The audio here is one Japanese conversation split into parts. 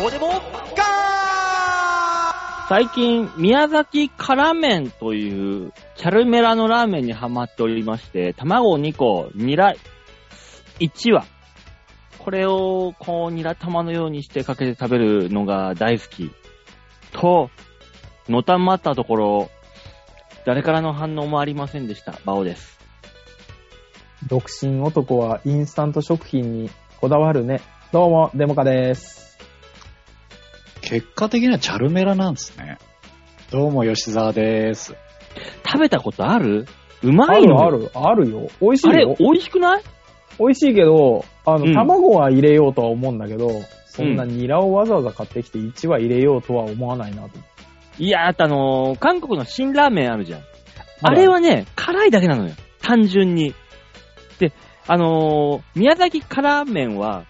どうでもガー最近、宮崎辛麺という、チャルメラのラーメンにハマっておりまして、卵2個、ニラ、1羽。これを、こう、ニラ玉のようにしてかけて食べるのが大好き。と、のたまったところ、誰からの反応もありませんでした。バオです。独身男はインスタント食品にこだわるね。どうも、デモカです。結果的にはチャルメラなんですね。どうも、吉沢です。食べたことあるうまあいるのある、あるよ。美味しいあれよ、。美味しくない美味しいけど、あの、うん卵は入れようとは思うんだけど、そんなニラをわざわざ買ってきて1は入れようとは思わないなと。いやー、あとあのー韓国の辛ラーメンあるじゃん。あいれはね、辛いだけなのよ。単純に。で、あのー宮崎辛麺は、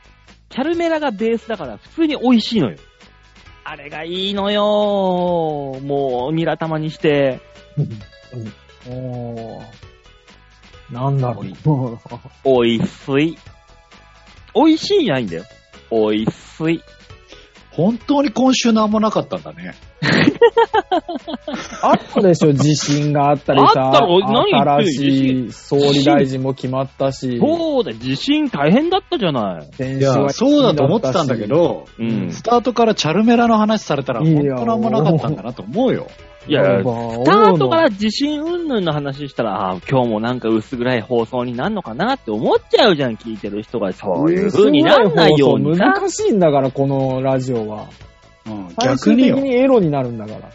キャルメラがベースだから普通に美味しいのよ。あれがいいのよーもう、ニラ玉にして。おー。なんだろう。美味しい。美味しいじゃないんだよ。美味しい。本当に今週何もなかったんだね。あっ たでしょ、地震があったりあさ。ったろ何言ってる新しい総理大臣も決まったし。そうだ、地震大変だったじゃない。先い週や、はそうだと思ってたんだけど、うん。スタートからチャルメラの話されたら、本当何もなかったんだなと思うよ。いや、ススタートから地震云々の話したら、あー今日もなんか薄暗い放送になんのかなって思っちゃうじゃん、聞いてる人が。そういう風になんないようにさ。難しいんだから、このラジオは。うん、逆に最終的よ。にエロになるんだから。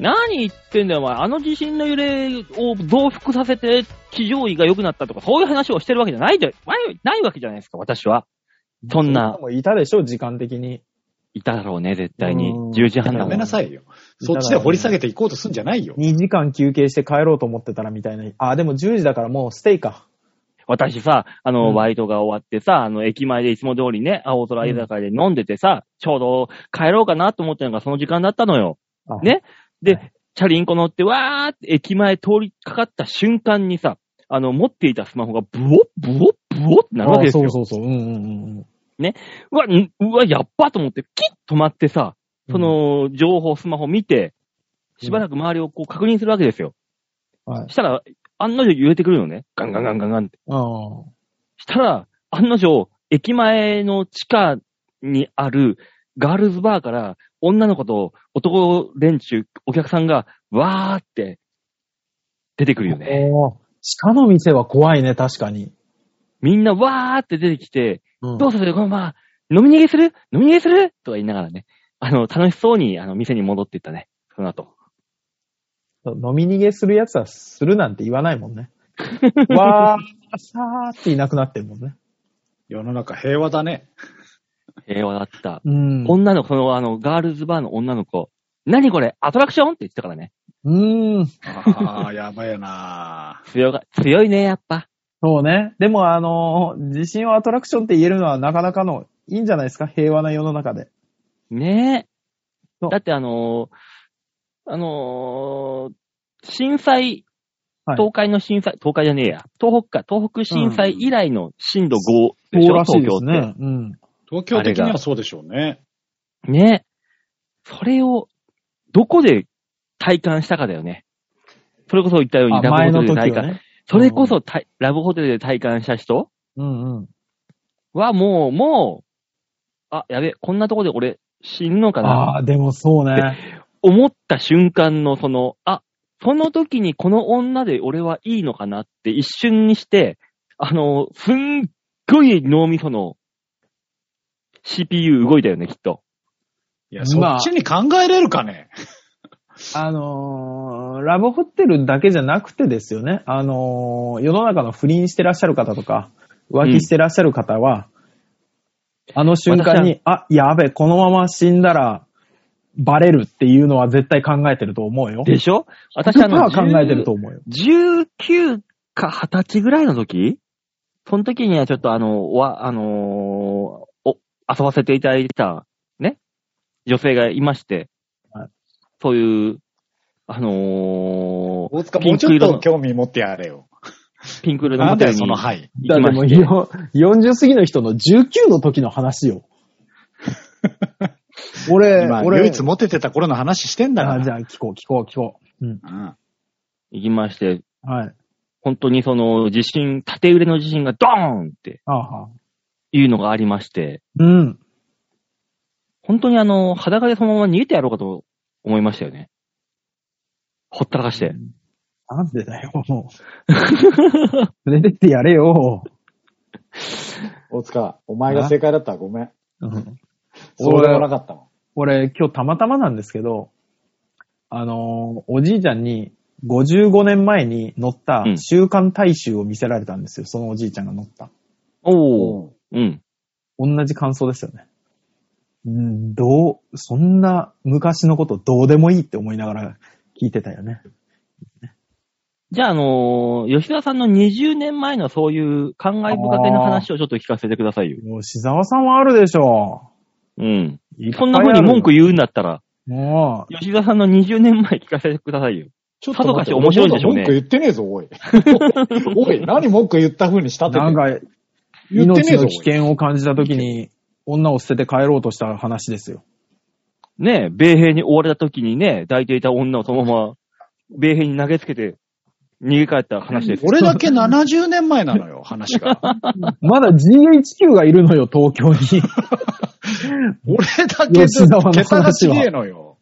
何言ってんだよ、お前。あの地震の揺れを増幅させて、地上位が良くなったとか、そういう話をしてるわけじゃないじゃない、ないわけじゃないですか、私は。そんな、もいたでしょ、時間的に。いいただろうね、絶対にうん。 10時半だやもめん。なさいよ。そっちで掘り下げていこうとすんじゃないよ。 2時間休憩して帰ろうと思ってたらみたいな。あ、でも10時だからもうステイか。私さ、あうの、んバイトが終わってさ、あの、駅前でいつも通りね、青空居酒屋で飲んでてさ、ちょうど帰ろうかなと思ってるのがその時間だったのよ。あねチャリンコ乗って、わーって駅前通りかかった瞬間にさ、あの、持っていたスマホがブオッ、ブオッ、ブオッってなるわけですよ。あそうそうそう。うんうんうん。うわ、んうわ、やっばと思って、キッと止まってさ、その、情報、スマホ見て、しばらく周りをこう確認するわけですよ。はい。したら、案の定揺れてくるのね。ガンガンガンガンガンって。あーしたら、案の定、駅前の地下にあるガールズバーから、女の子と男連中、お客さんが、わーって、出てくるよね。おー地下の店は怖いね、確かに。みんなわーって出てきて、うんどうするこのまま、飲み逃げする飲み逃げするとか言いながらね、あの、楽しそうに、あの、店に戻っていったね。その後。飲み逃げするやつはするなんて言わない もんね。わー、さーっていなくなってるもんね。世の中平和だね。平和だった。うんう女の子、その、あの、ガールズバーの女の子、何これアトラクションって言ってたからね。ーん。ああ、 やばいよな強が、強いね、やっぱ。そうね。でも、あのー、地震をアトラクションって言えるのはなかなかの、いいんじゃないですか平和な世の中で。ねそえ。うだってあのーあのー震災、はい東海の震災、東海じゃねえや。東北か、東北震災以来の震度5でしそょ、うらしい東で京っすて。ね。うん。東京的にはそうでしょうね。ね。それを、どこで体感したかだよね。それこそ言ったように、あラブホ前テのルで時は体感。ね。それこそ体、ラブホテルで体感した人うんうん。はもう、もう、あ、やべ、こんなとこで俺死ぬのかなああ、でもそうね。思った瞬間のその、あ、その時にこの女で俺はいいのかなって一瞬にして、あの、すんごい脳みその CPU 動いたよね、きっと。いや、そまあっちに考えれるかね。あのー、ラブホテルだけじゃなくてですよね。あのー、世の中の不倫してらっしゃる方とか、浮気してらっしゃる方は、あの瞬間に、あ、やべ、このまま死んだら、バレるっていうのは絶対考えてると思うよ。でしょ私あの、 100%考えてると思うよ。 19か20歳ぐらいの時その時にはちょっとあの、わ、あのーお、遊ばせていただいた、ね、女性がいまして、はいそういう、あのー大塚、ピもンうちクょっ色との、興味持ってやれよ。ピンク色のなホんテだルによ、その行範囲。きだってまもしうて、よ40過ぎの人の19の時の話よ。俺、今、俺、唯一モテてた頃の話してんだかあら。じゃあ聞こう、聞こう、聞こう。うん。うん。行きまして、はい。本当にその地震、縦揺れの地震がドーンってあーはいうのがありまして、ーうん。本当にあの、裸でそのまま逃げてやろうかと思いましたよね。ほったらかして。なんでだよ、もう。 連れてってやれよ。大塚、お前が正解だったらごめん。うんそうでもなかったも俺、今日たまたまなんですけど、あのーおじいちゃんに55年前に乗ったうん週刊大衆を見せられたんですよ。そのおじいちゃんが乗った。ん。おー。うん。同じ感想ですよね。うんどう、そんな昔のことどうでもいいって思いながら聞いてたよね。じゃあ、あのー吉田さんの20年前のそういう感慨深げな話をちょっと聞かせてくださいよ。吉沢さんはあるでしょうん。う。そんな風に文句言うんだったら、う。も吉田さんの20年前聞かせてくださいよ。ちょっと待ってさぞかし面白いでしょうね文句言ってねえぞ、 おい。おい、何文句言った風に仕う、立ててなんか、言ってね命えぞの危、険を感じた時に、女を捨てて帰ろうとした話ですよ。ねえ、米兵に追われた時にね、抱いていた女をそのまま、米兵に投げつけて、逃げ帰った話です。 俺だけ70年前なの よ、話が。まだ GHQ がいるのよ、東京に。俺だけ吉沢の話は桁がちげえのよ。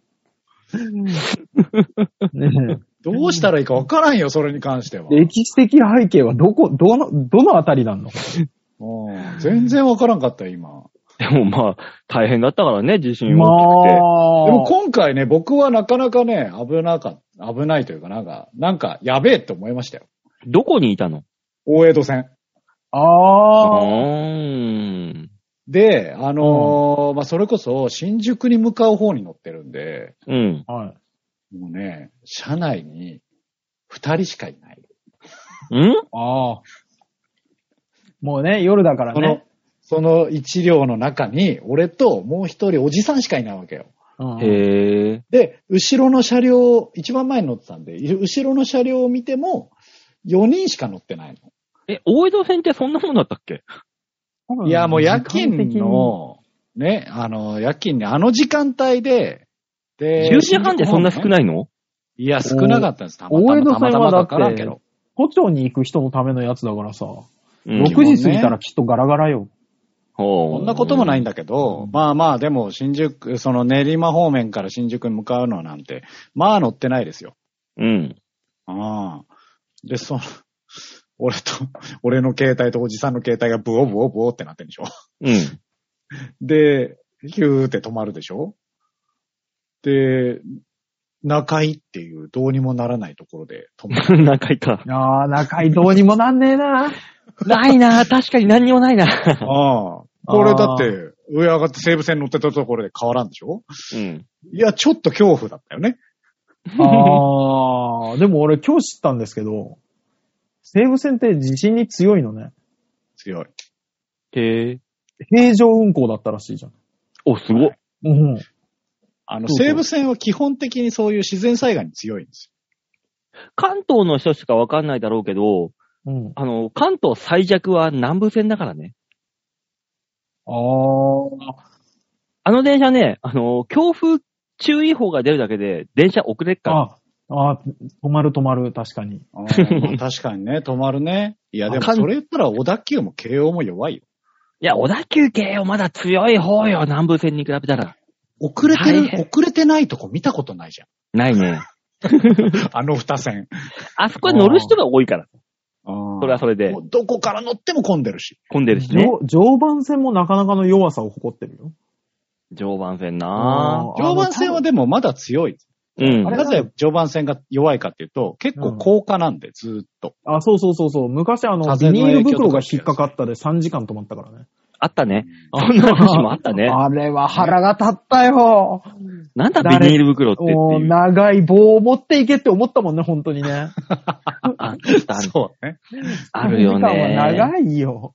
ねどうしたらいいかわからんよ、それに関してはえ。 歴史的背景はどこ、どの、どのあたりなのうん全然わからんかったよ、今。でもまあ、大変だったからね、地震ま大きくて。でもあ、今回ね、僕はなかなかね、危なか、危ないというか、なんか、なんか、やべえって思いましたよ。どこにいたの大江戸線。うああ、ーん。で、あのーまあ、それこそ、新宿に向かう方に乗ってるんで、うん。はい。もうね、車内に、二人しかいない。んああ。もうね、夜だからそのね。、その一両の中に、俺ともう一人おじさんしかいないわけよ。うんへえ。で、後ろの車両、一番前に乗ってたんで、い後ろの車両を見ても、4人しか乗ってないえ、大江戸線ってそんなもんだったっけの。いや、もう夜勤時間的にの、ね、あの、夜勤ね、あの時間帯で、で、 ?10 時半でそんな少ないのいや、少なかったんです。たま大た江戸ま、た線はまたまだからんけだど。都庁に行く人のためのやつだからさ、うん6時過ぎたらきっとガラガラよ。ほうそんなこともないんだけうどん、まあまあ、でも、新宿、その練馬方面から新宿に向かうのなんて、まあ乗ってないですよ。うん。ああ。で、その、俺と、俺の携帯とおじさんの携帯がブオブオブオってなってんでしょ。うん。 で、ヒューって止まるでしょで、中井っていうどうにもならないところで止まる。 中いか。ああ、中井どうにもなんねえな。ないな確かに何にもないなああ。これだって、上上がって西武線乗ってたところで変わらんでしょ うん。いや、ちょっと恐怖だったよね。 ああ、でも俺今日知ったんですけど、西武線って地震に強いのね。強い。へえ。平常運行だったらしいじゃん。お、すごっ。うん。あの、そうそう西武線は基本的にそういう自然災害に強いんです関東の人しかわかんないだろうけど、うん。あの、関東最弱は南部線だからね。ああの電車ね、あの、強風注意報が出るだけで、電車遅れっから。あ、ああ、止まる止まる、確かに。 よ。ああまあ確かにね、止まるね。いや、でもあかんそれ言ったら小田急も慶応も弱いよ。いや、小田急系よ、まだ強い方よ、南部線に比べたら。遅れて大変る、遅れてないとこ見たことないじないね。ゃん。あの二線。あそこは乗る人が多いから。そそれはそれでも、うどこから乗っても混んでるし。混んでるしね。上常磐線もなかなかの弱さを誇ってるよ。常磐線なぁ。あの常磐線はでもまだ強い。うんあれ。なぜ常磐線が弱いかっていうと、結構高架なんで、ずーっと。あ、そうそうそうそう。昔あの、風ビの影ニー響ル袋が引っかかったで3時間止まったからね。あったね。そんな話もあったね。あれは腹が立ったよ。なんだビニール袋ってってもういう。長い棒を持っていけって思ったもんね、本当にね。あった そうね。 あるよ3時間はね。長いよ。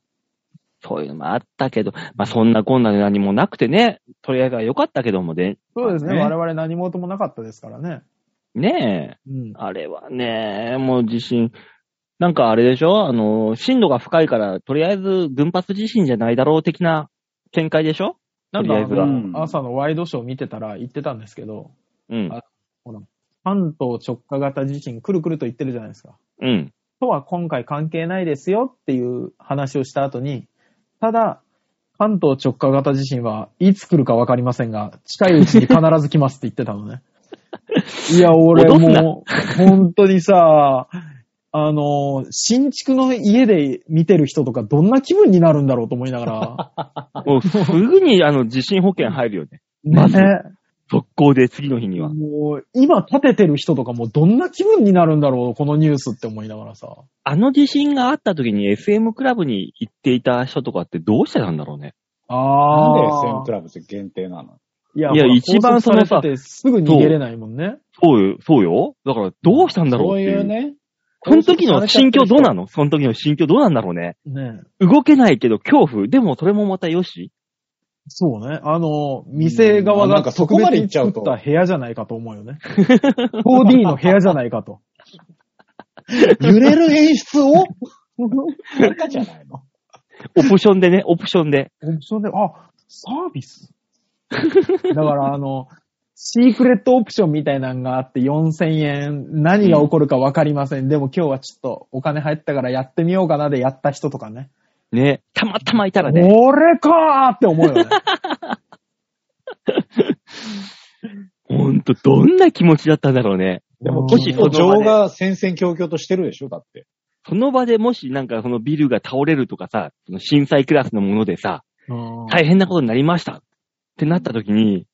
そういうのもあったけど、まあそんなこんなで何もなくてね、とりあえずは良かったけどもね、そうですね。ね我々何事もなかったですからね。ねえ。うん。あれはね、もう地震、なんかあれでしょあの、震度が深いから、とりあえず群発地震じゃないだろう的な見解でしょなんとりかああえずはうんの、朝のワイドショー見てたら言ってたんですけど、うんあ。関東直下型地震くるくると言ってるじゃないですか。うん。とは今回関係ないですよっていう話をした後に、ただ、関東直下型地震はいつ来るかわかりませんが、近いうちに必ず来ますって言ってたのね。いや、俺戻んなもう、本当にさ、あの、新築の家で見てる人とかどんな気分になるんだろうと思いながら、もうすぐにあの地震保険入るよね。まずね速攻で次の日には。もう、今建ててる人とかもどんな気分になるんだろう、このニュースって思いながらさ。あの地震があった時に SM クラブに行っていた人とかってどうしてたんだろうね。なんであ SM クラブって限定なのいや、いやほら一番そのさ拘束されててすぐ逃げれないもんね。そうよ、そうよ。だからどうしたんだろそううっていいう。うね。この時の心境どうなのその時の心境どうなんだろうね。ねえ動けないけど恐怖。でもそれもまたよし。そうね。あの、店側うんなんがかそこまで行っちゃうと特別に作った部屋じゃないかと思うよね。4D の部屋じゃないかと。揺れる演出を なんかじゃないのオプションでね、 オプションで。オプションで、あ、サービスだから、あの、シークレットオプションみたいなのがあって4000円、何が起こるか分かりません。でも今日はちょっとお金入ったからやってみようかなでやった人とかね。ね。たまたまいたらね。俺かーって思うよね。ほんと、どんな気持ちだったんだろうね。 でも、ももしし、その場で情が戦々恐々としてるでしょだって。その場でもしなんかそのビルが倒れるとかさ、その震災クラスのものでさ、は大変なことになりましたってなった時に、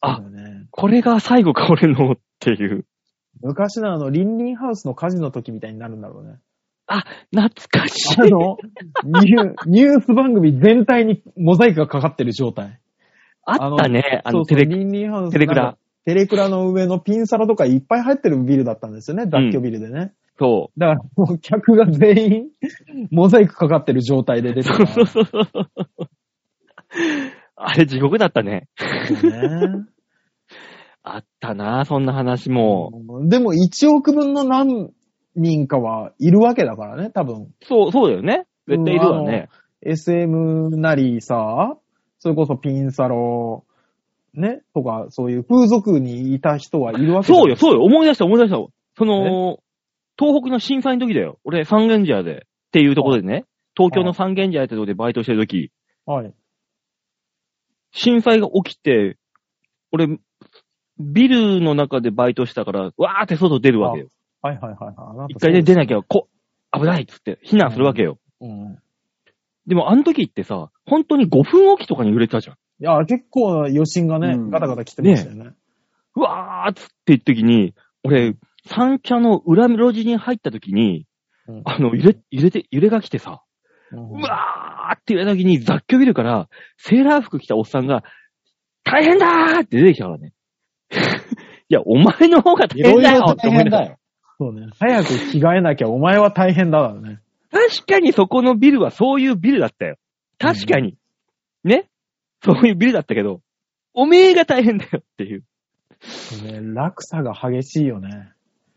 あそうだよねこれが最後か俺のっていう。昔のあの、リンリンハウスの火事の時みたいになるんだ ろうね。懐かしいあ。の、ニューニュース番組全体にモザイクがかかってる状態。あったね。あその、うそテうレ、リンリンハウステレクラ。。テレクラの上のピンサロとかいっぱい入ってるビルだったんですよね、雑居ビルでね。そだから、もう客が全員、モザイクかかってる状態でう。出てそたうそうそうそう。 あれ地獄だったね。ね。あったなそんな話も。でも、1億分の何人かはいるわけだからね、多分。そう、そうだよね。絶対いるわね。 SM なりさ、それこそピンサロ、ね、とか、そういう風俗にいた人はいるわけそうよ。よ、そうよ。思い出した、思い出した。その、東北の震災の時だよ。俺、三軒茶屋で、っていうところでね、東京の三軒茶屋ってところでバイトしてる時、はい。震災が起きて、俺、ビルの中でバイトしたから、わーって外出るわけよ。はいはいはいはい。一回ね、出なきゃ。ゃ、こ、危ないっつって、避難するわけよ。うん。いでも、あの時ってさ、本当に5分おきとかに揺れてたじゃん。や、結構余震がね、うんガタガタ来てましたよね。うわーっつって言った時に、俺、三茶の裏路地に入った時に、うんあの、揺れ、揺れて、揺れが来てさ、うんうわーって言われた時に雑居ビルから、セーラー服着たおっさんが、大変だーって出てきたからね。 いや、お前の方がい大変ろいだよろって大思い変ながらだよ。そうね。早く着替えなきゃお前は大変だからね。確かにそこのビルはそういうビルだったよ。確かに。ねそういうビルだったけど、おめえが大変だよっていう。ね落差が激しいよね。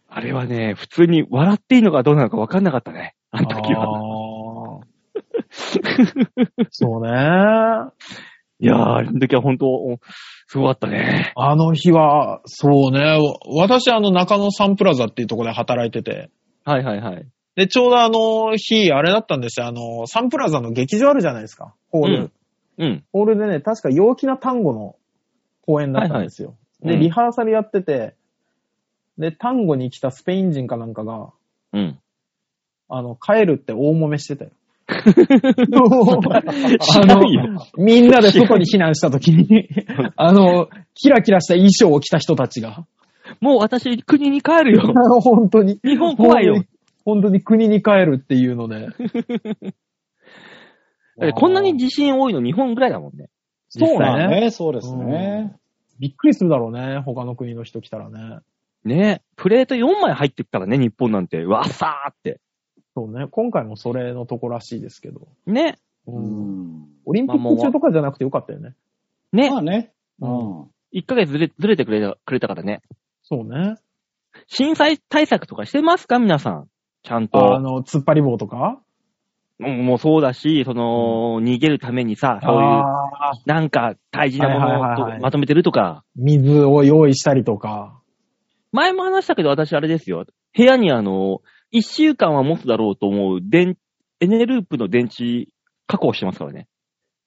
あれはね、普通に笑っていいのかどうなのか分かんなかったね。あの時は。あーそうね。いやー、あの時は本当、おすごかったね。あの日は、そうね。わ私、あの、中野サンプラザっていうところで働いてて。はいはいはい。で、ちょうどあの日、あれだったんですよ。あの、サンプラザの劇場あるじゃないですか。ホール。うんうん。ホールでね、確か陽気な単語の公演だったんですよ。はいはいうんで、リハーサルやってて、で、単語に来たスペイン人かなんかが、うん。あの、帰るって大揉めしてたよ。 知らんよ。みんなで外に避難した時に、あの、キラキラした衣装を着た人たちが。もう私、国に帰る よ。 本当に。日本怖いよ。本当に国に帰るっていうので。だってこんなに地震多いの日本ぐらいだもんね。そうまあだね。ね、そうですね。びっくりするだろうね。他の国の人来たらね。ねプレート4枚入ってくからね、日本なんて。わっさーって。そうね。今回もそれのとこらしいですけど。ね。うんうんオリンピック中とかじゃなくてよかったよね。ねま。あね。ううんん。 1ヶ月ずれずれてくれたくれたからね。そうね。震災対策とかしてますか皆さん。ちゃんあと。の、突っ張り棒とかうんもうそうだし、その、逃げるためにさ、そういう、ああ、なんか大事なもはいはいはいのをはいまとめてるとか、水を用意したりとか。前も話したけど私あれですよ、部屋にあの、一週間は持つだろうと思う電、エネループの電池確保してますからね。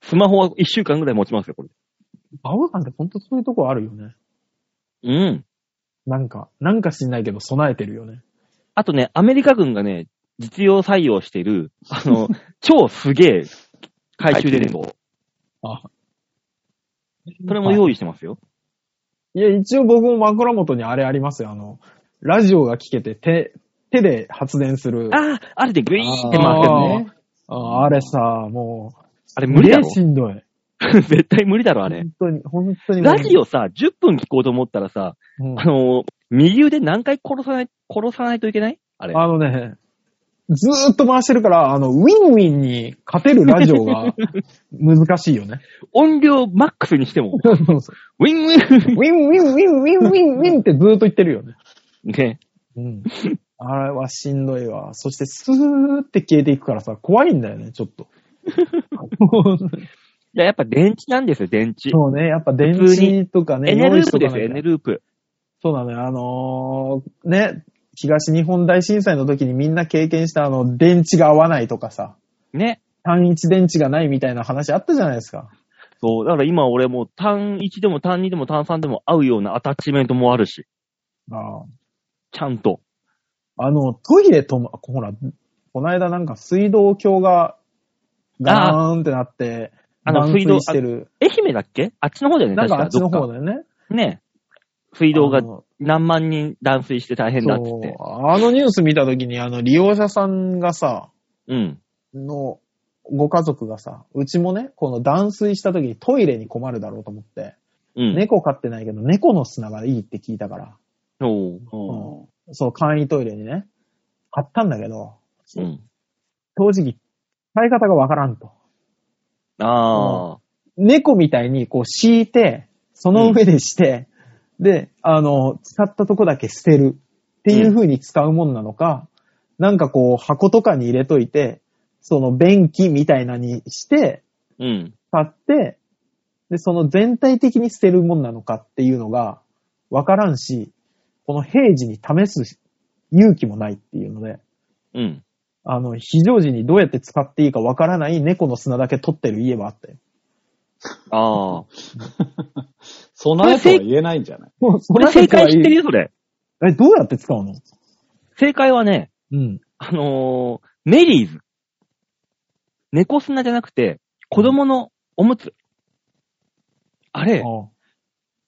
スマホは一週間ぐらい持ちますよ、これ。バオさんってほんとそういうとこあるよね。うん。なんか、なんか知んないけど備えてるよね。あとね、アメリカ軍がね、実用採用している、あ の、超すげえ回収電棒。あそれも用意してますよ。いや、一応僕も枕元にあれありますよ。あの、ラジオが聞けて手、手で発電する。ああ、あれでグイーンって回せあるの。ーあーあれさ、もう、あれ無理だろすげえしんどい。 絶対無理だろ、あれ。本当に、本当に。ラジオさ、10分聞こうと思ったらさ、うんあのー右腕何回殺さない、殺さないといけないあれ。あのね、ずーっと回してるから、あの、ウィンウィンに勝てるラジオが難しいよね。音量マックスにしても、そうそうそうウィン ウィウィンウィンウィンウィンウィンウィンってずーっと言ってるよね。ンね。うん。あれはしんどいわ。そしてスーって消えていくからさ、怖いんだよね、ちょっと。いや、やっぱ電池なんですよ、電池。そうね、やっぱ電池とかね、エネ用ル意ーしプとでかなすきゃよ、エネループ。そうだね、あのー、ね、東日本大震災の時にみんな経験したあの、電池が合わないとかさ、ね。単一電池がないみたいな話あったじゃないですか。そう、だから今俺もう単1でも単2でも単3でも合うようなアタッチメントもあるし、ああちゃんと。あの、トイレとも、ほら、この間なんか水道橋がガーンってなって、あの断水してる。愛媛だっけあっちの方だよね、なん確かあか。っちの方どだよね。かね。水道があの何万人断水して大変だっつっそうて。あのニュース見た時に、あの、利用者さんがさ、うん。の、ご家族がさ、うちもね、この断水した時にトイレに困るだろうと思って、うん。猫飼ってないけど、猫の砂がいいって聞いたから、そう。うんそう、簡易トイレにね、買ったんだけど、うん。正直、使い方がわからんと。ああ。猫みたいにこう敷いて、その上でして、で、あの、使ったとこだけ捨てるっていう風に使うもんなのか、なんかこう箱とかに入れといて、その便器みたいなにして、うん。買って、で、その全体的に捨てるもんなのかっていうのがわからんし、この平時に試す勇気もないっていうので、うん。あの、非常時にどうやって使っていいかわからない猫の砂だけ取ってる家はあったよ。ああ。備えとは言えないんじゃないもう、そこれ正解知ってるよ、それ。え、どうやって使うの正解はね、うん。あのーメリーズ。猫砂じゃなくて、子供のおむつ。あれ、ああ。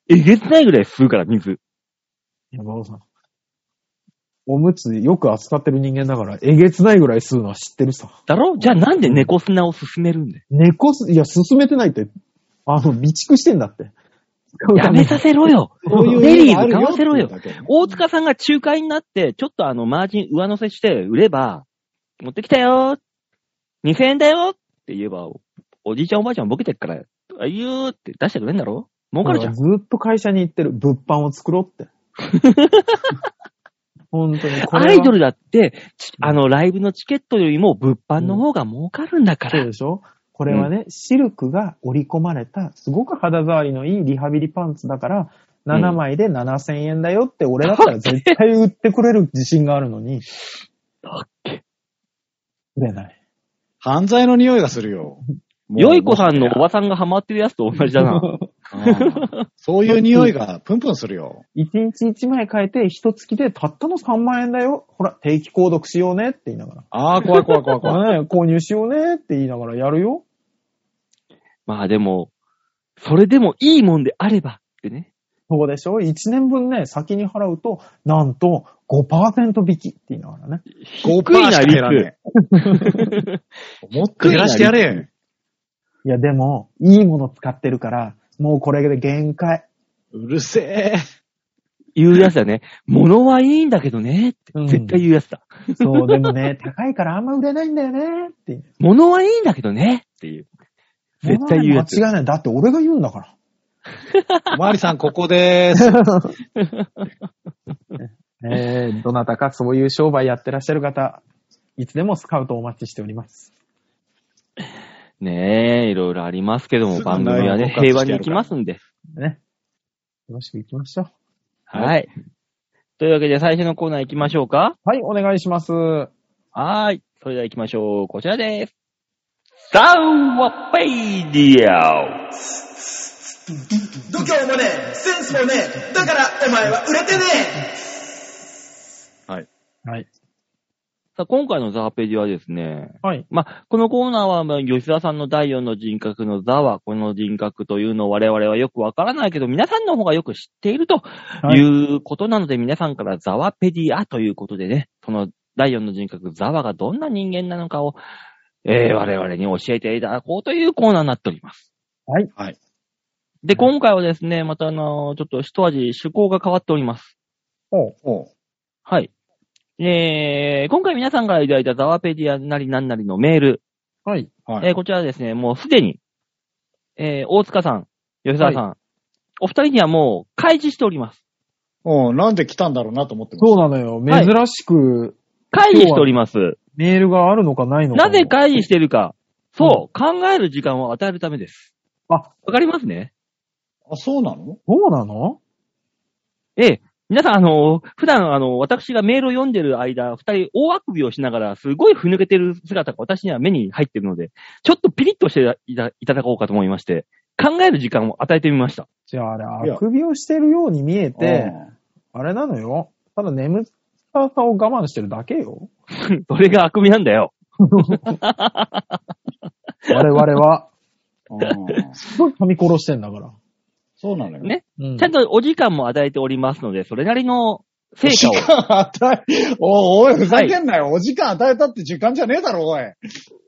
えげつないぐらい吸うから、水。山尾さん。おむつよく扱ってる人間だから、えげつないぐらい吸うのは知ってるさ。だろじゃあなんで猫砂を勧めるんだよ。猫す、いや、進めてないって、あの、備蓄してんだって。やめさせろよそういうメ家リーがあズる買よわってせろいうよだけね。大塚さんが仲介になって、ちょっとあの、マージン上乗せして売れば、持ってきたよ !2000 円だよって言えば、おじいちゃんおばあちゃんボケてっから、あゆーって出してくれんだろ儲かるじゃん。ずっと会社に行ってる。物販を作ろ うって。本当に。これはアイドルだって、ちあの、ライブのチケットよりも物販の方が儲かるんだかそら。うでしょこれはね、シルクが織り込まれた、すごく肌触りのいいリハビリパンツだから、7枚で7000円だよって俺だったら絶対売ってくれる自信があるのに、だっけ売れない。犯罪の匂いがする よ。よいこさんのおばさんがハマってるやつと同じだな。うんそういう匂いがプンプンするよ。 1日1枚変えて、1月でたったの3万円だよ。ほら、定期購読しようねって言いながら。 ああ、怖い怖い怖い怖い。ね、購入しようねって言いながらやるよ。 まあでも、それでもいいもんであればってね。そうでしょ ?1 年分ね、先に払うと、なんと5%引きって言いながらね。低いな、 5%しかリ減らスね。 え。もっと減らしてやれ。いや、でも、いいもの使ってるから、もうこれで限界。うるせえ。言うやつだね。物はいいんだけどねって。うん絶対言うやつだ。そう、でも ね、高いからあんま売れないんだよねって。物はいいんだけどねっていう。絶対言うやつ。間違いない。だって俺が言うんだから。おまわりさん、ここ です。えー、どなたかそういう商売やってらっしゃる方、いつでもスカウトお待ちしております。ねえ、いろいろありますけども、すぐ番組はね、内平容和に行を告知してやるからきますんで。ね。よろしく行きましょう。はいはい。というわけで、最初のコーナー行きましょうか。はい、お願いします。はーい。それでは行きましょう。こちらです。サウワペディア度胸もねえ、センスもねえ、だからお前は売れてねはい。はい。さあ、今回のザワペディはですね、はい。まあ、このコーナーは、まあ、吉田さんの第4の人格の座は、この人格というのを我々はよくわからないけど、皆さんの方がよく知っているとはいいうことなので、皆さんからザワペディアということでね、その第4の人格、ザワがどんな人間なのかを、えー我々に教えていただこうというコーナーになっております。はい。はい。で、今回はですね、またあの、ちょっと一味趣向が変わっております。おうおうはい。えー、今回皆さんからいただいたザワペディアなりなんなりのメール、はい。はえい。ーこちらはですね、もうすでに、えー、大塚さん、吉沢さん、お二人にはもう開示しております。おうなんで来たんだろうなと思ってまそうしなた。のよ。はい珍しく、開示しております。メールがあるのかないのか。なぜ開示してるか。そう、考える時間を与えるためです。あ、わかりますねあ、そうなのそうなのええ。皆さん、あの、普段、あの、私がメールを読んでる間、二人大あくびをしながら、すごいふぬけてる姿が私には目に入ってるので、ちょっとピリッとしていたいただこうかと思いまして、考える時間を与えてみました。 じゃああいれ、やあくびをしてるように見えて、うんあれなのよ。ただ眠ささを我慢してるだけよ。それがあくびなんだよ。我々は。うんすごい噛み殺してんだから。そうなのよ。ねうんちゃんとお時間も与えておりますので、それなりの成果を時。間与え、おい、おい、ふざけんなよ。お時間与えたって時間じゃねえだろ、おい。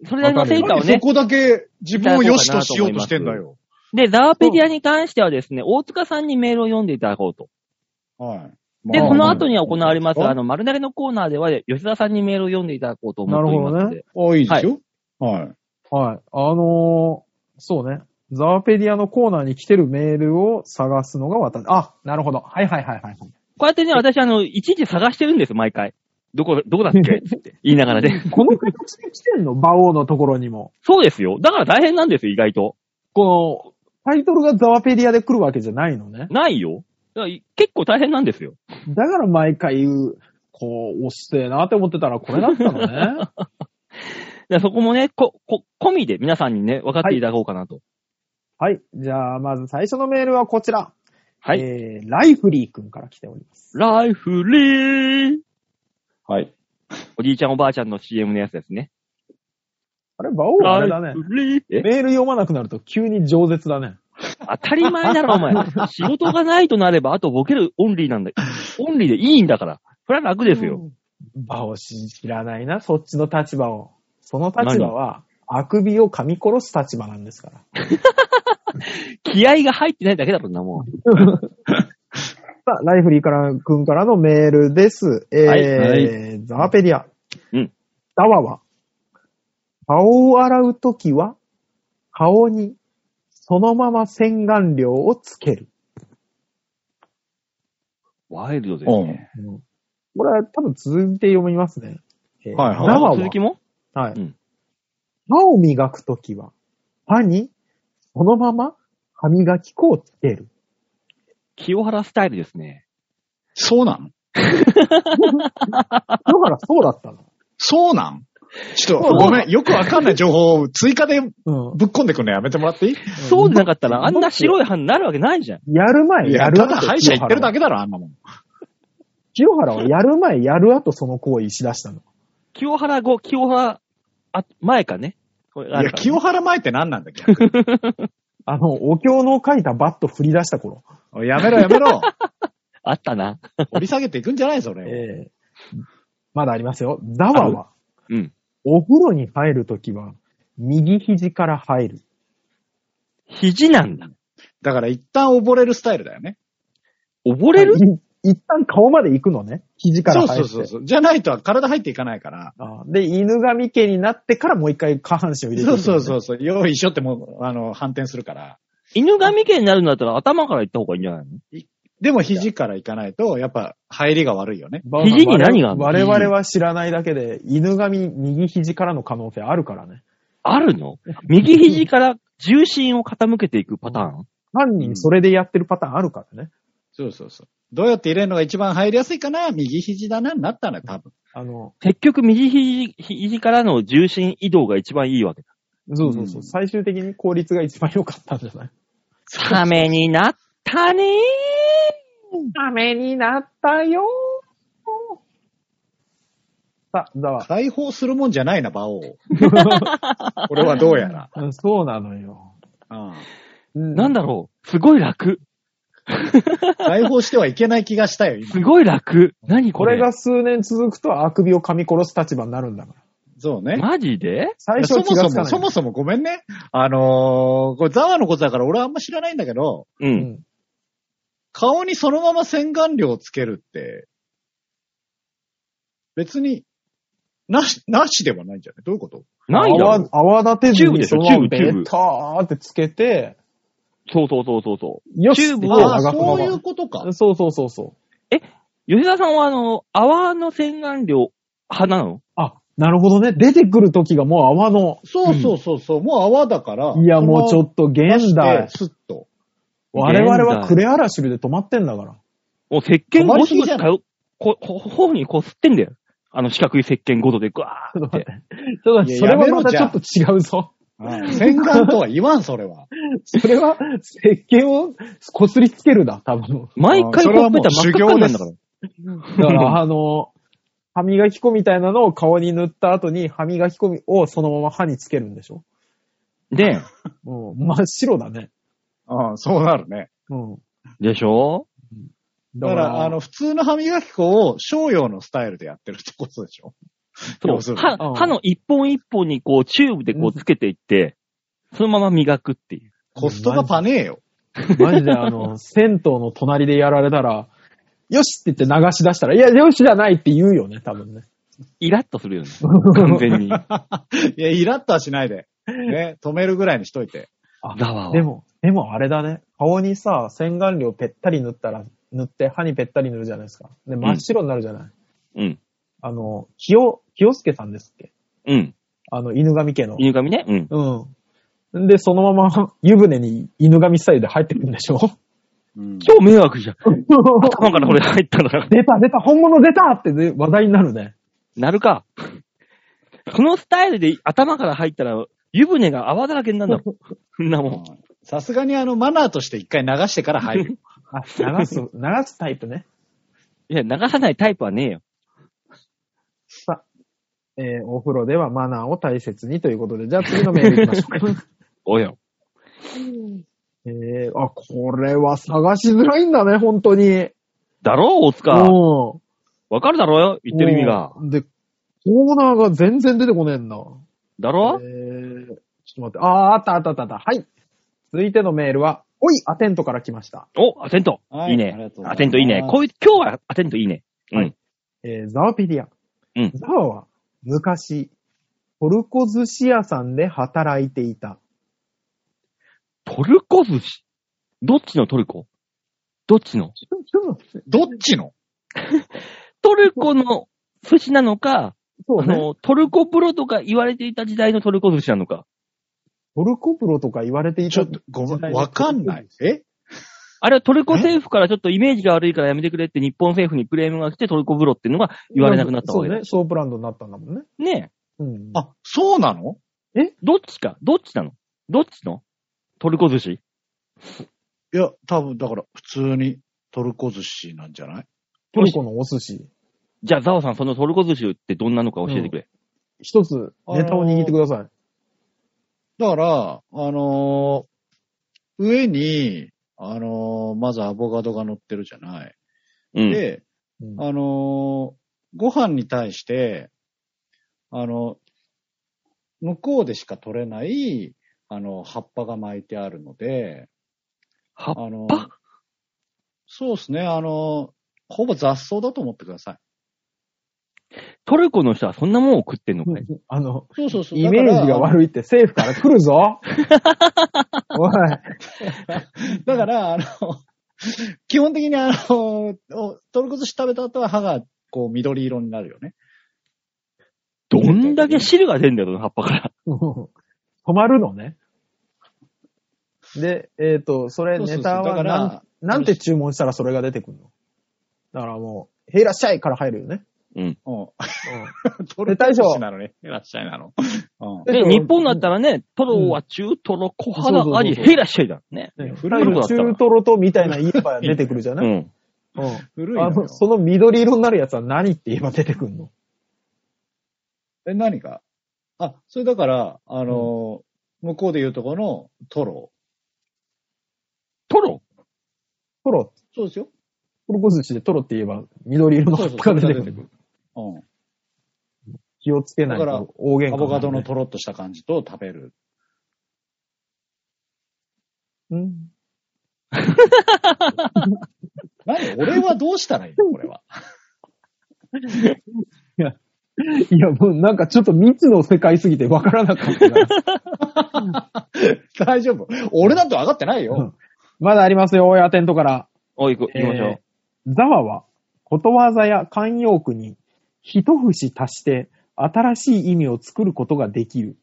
それなりの成果をなんでそね。こだけ自分を良しとしようとしてんだよ。で、ザワペディアに関してはですね、大塚さんにメールを読んでいただこうと。はい。で、まあこの後には行われます、ああの、丸投げのコーナーでは、吉田さんにメールを読んでいただこうと思っておりますので。いいですよ。はい。はい。あのーそうね。ザワペディアのコーナーに来てるメールを探すのが私。あ、なるほど。はいはいはいはい。こうやってね、私、あの、いちいち探してるんです、毎回。どこ、どこだっけって 言いながらね。この形で来てんの馬王のところにも。そうですよ。だから大変なんですよ、意外と。この、タイトルがザワペディアで来るわけじゃないのね。ないよ。だからい結構大変なんですよ。だから毎回言う、こう、押してえなって思ってたらこれだったの ね。だからそこもね、こ、こ、込みで皆さんにね、分かっていただこうかなと。はい。じゃあ、まず最初のメールはこちら。はい。えー、ライフリー君から来ております。ライフリーはい。おじいちゃんおばあちゃんの CM のやつですね。あれ、馬王はあれだねライ。フリーえメール読まなくなると急に饒舌だね。当たり前だろ、お 前。仕事がないとなれば、あとボケるオンリーなんだ。オンリーでいいんだから。これは楽ですよ。馬王知らないな、そっちの立場を。その立場は、あくびを噛み殺す立場なんですから。気合が入ってないだけだろ、そんなもん。さあ、ライフリーから、くんからのメールです。えー、はいはザワペディア。うん。ザワは、顔を洗うときは、顔に、そのまま洗顔料をつける。ワイルドですうん。ね。これは多分続いて読みますね。えーはいはいザワは、続きもはい。うん歯を磨くときは、歯に、そのまま、歯磨き粉をつける。清原スタイルですね。そうなんだからそうだったそうなんちょっと、ごめん。よくわかんない情報を追加で の。ぶっ込んでくんのやめてもらっていいそうでなかったら、あんなっ白い歯になるわけないじゃん。やる前、いや や、るた後。だ歯医者行ってるだけだろ、あんなもん。清原はやる前、やる後その行為しだしたの。清原後、清原、あ、前かね。これいや、清原前って何なんだっけあの、お経の書いたバット振り出した頃。おいやめろ、やめ ろ。あったな。掘り下げていくんじゃないそれを。ええまだありますよ。ザワは、うん。お風呂に入るときは、右肘から入る。肘なんだ。だから一旦溺れるスタイルだよね。溺れるい一旦顔まで行くのね。肘かそらう入そる。うそうそう。じゃないと体入っていかないから。あで、犬神家になってからもう一回下半身を入れて。そうそうそううそう。よいしょってもう、あの、反転するから。犬神家になるんだったら頭から行った方がいいんじゃないのでも肘からいかないと、やっぱ入りが悪いよね。バオさん肘に何があるの我々は知らないだけで、犬神右肘からの可能性あるからね。あるの右肘から重心を傾けていくパターン、犯人それでやってるパターンあるからね。そうそうそう。どうやって入れるのが一番入りやすいかな右肘だなになったのよ、多分。あの、結局右肘肘からの重心移動が一番いいわけだ。そうそうそう。うん最終的に効率が一番良かったんじゃないためになったねダメになったよさ、だわ。解放するもんじゃないな、馬王。俺はどうやら。うんそうなのよ。うんーなんだだろうすごい楽。解放してはいけない気がしたよ、今す。ごい楽。何ここれれが数年続くとあくびを噛み殺す立場になるんだから。そうね。マジで最初そはも気がつかそなも、い。そもそもごめんね。あのー、これザワのことだから俺はあんま知らないんだけど、う。うんん。顔にそのまま洗顔料をつけるって、別に、なし、なしではないんじゃないどういうことないんだろう泡泡立てずチューブにでしそょのままチューブチュベーブターってつけて、そうそうそうそうそう。よしチューブをって手ああ、流すそういまうことかま。そうそうそうそう。吉田さんはあの、泡の洗顔料、派なのあ、なるほどね。出てくる時がもう泡の、そうそうそうそう、もう泡だから。いやもうちょっと現代。スッと。我々現は代クレアラシルで止まってんだから。もう石鹸止まゴりシすぎゴシじゃなかよ、こ、ほ、頬にこすってんだよ。あの四角い石鹸ごとでぐわちょーっっと待ってて。。ちょっと待っていそやれやはめろまたじちゃょあっと違うぞ。うん洗顔とは言わん、それ は。 それは、石鹸をこすりつけるだ、多分。毎回それほはっぺもたう真っ修赤行になでるんすだから。だから、あの、歯磨き粉みたいなのを顔に塗った後に、歯磨き粉をそのまま歯につけるんでしょで、うん。真っ白だね。うん、そうなるね。うん。でしょだから、あの、、普通の歯磨き粉を商用のスタイルでやってるってことでしょそう要するに歯うん歯の一本一本にこうチューブでこうつけていって、そのまま磨くっていう。コストがパネーよ。 マジであの、銭湯の隣でやられたら、よしって言って流し出したら、いや、よしじゃないって言うよね、多分ね。イラッとす るよね。完全に。いや、イラッとはしないで。ね、止めるぐらいにしといて。あざわわでも、でもあれだね。顔にさ、洗顔料ぺったり塗ったら、塗って歯にぺったり塗るじゃないですか。で、真っ白になるじゃない。うん。あの、清、清介さんですっけうん。あの、犬神家の。犬髪ね。うん。うん。で、そのまま湯船に犬神スタイルで入ってくるんでしょうん超迷惑 じゃん。頭からこれ入ったんだから。出た出た本物出たってね話題になるね。なるか。 このスタイルで頭から入ったら、湯船が泡だらけになるんだろ。そんなもん。さすがにあの、マナーとして一回流してから入 る。あ、流す、流すタイプね。いや、流さないタイプはねえよ。さあ、えーお風呂ではマナーを大切にということで、じゃあ次のメール行き ましょうか。およ。えー、あ、これは探しづらいんだね、本当に。だろ大塚。うん。わかるだろよ言ってる意味が。うん。で、コーナーが全然出てこねえんだ。だえろー、ちょっと待って。あー、あったあったあったあった。はい。続いてのメールは、おい、アテントから来ました。お、アテント。はいいいありがねとうござい。ますアテントいいね。こういう、今日はアテントいいね。うはんい。えーザワペディア。うんザワは昔、トルコ寿司屋さんで働いていた。トルコ寿司。どっちのトルコどっちのどっちのトルコの寿司なのか、そあうね。の、トルコ風呂とか言われていた時代のトルコ寿司なのか。トルコプロとか言われていちょたっ。と、ごめん、わかんない。えあれはトルコ政府からちょっとイメージが悪いからやめてくれって日本政府にクレームが来てトルコ風呂っていうのが言われなくなったわけそうだね。ソープランドになったんだもんね。ねうん。あ、そうなのえ。どっちかどっちなのどっちのトルコ寿司いや、多分、だから、普通にトルコ寿司なんじゃないトルコのお寿司。じゃあ、ザオさん、そのトルコ寿司ってどんなのか教えてくれ。一つ、ネタを握ってください。だから、あのー上に、あのーまずアボカドが乗ってるじゃない。うん。で、うんあのーご飯に対して、あの、向こうでしか取れない、あの、葉っぱが巻いてあるので、葉っぱあの、そうですね、あの、ほぼ雑草だと思ってください。トルコの人はそんなもんを食ってんのかい、あの、そうそうそう。イメージがい。悪いって政府から来 るぞおい。だから、あの、基本的にあの、トルコ寿司食べた後は歯がこう緑色になるよね。 どんだけ汁が出んだよ、その葉っぱから。も止まるのね。で、えっ、と、それそうそうそうネタはだからなん、なんて注文したらそれが出てくるのだからもう、へいらっしゃいから入るよね。うん。うん。うトロ 大将 コシなのね。いらっしゃいなの。うんで、日本だったらね、トロは中トロ、小そうそうそう腹、アジ、そうヘラシェイだね。ん。ね古いのだったら中トロとみたいな言えば出てくるじゃうない、ん。うん、古いあのよの、。その緑色になるやつは何って言えば出てくるのえ、何があ、それだから、あのー、向こうで言うとこのトロ。トロトロ、そうですよ。トロコ寿司でトロって言えば緑色の葉っぱが出てくそうそうそう出てくる。うん。気をつけないだからと大喧嘩アになボるねカドのトロっとした感じと食べる。うん。何俺はどうしたらいいのこれは。いや、もうなんかちょっと未知の世界すぎてわからなかったから。大丈夫。俺だって分かってないよ。まだありますよ、大家テントから。おい、行く行きましょえーザワは、ことわざや慣用句に一節足して新しい意味を作ることができる。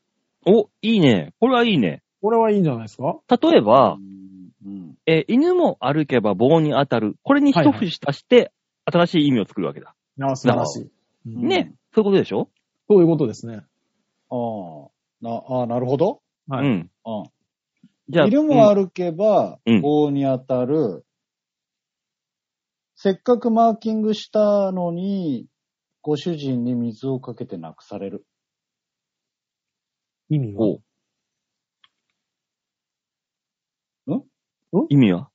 う。お、いいね。これはいいね。これはいいんじゃないですか例えばう、んうんえー犬も歩けば棒に当たる。これに一節足して、新しい意味を作るわけだ。ああ素晴らしい。うんね。そういうことでしょそういうことですね。ああ、な、ああ、なるほど。はいうん。うん。じゃあ、昼うんも歩けばうん、棒に当たる、せっかくマーキングしたのに、ご主人に水をかけてなくされる。意味は。おん意味は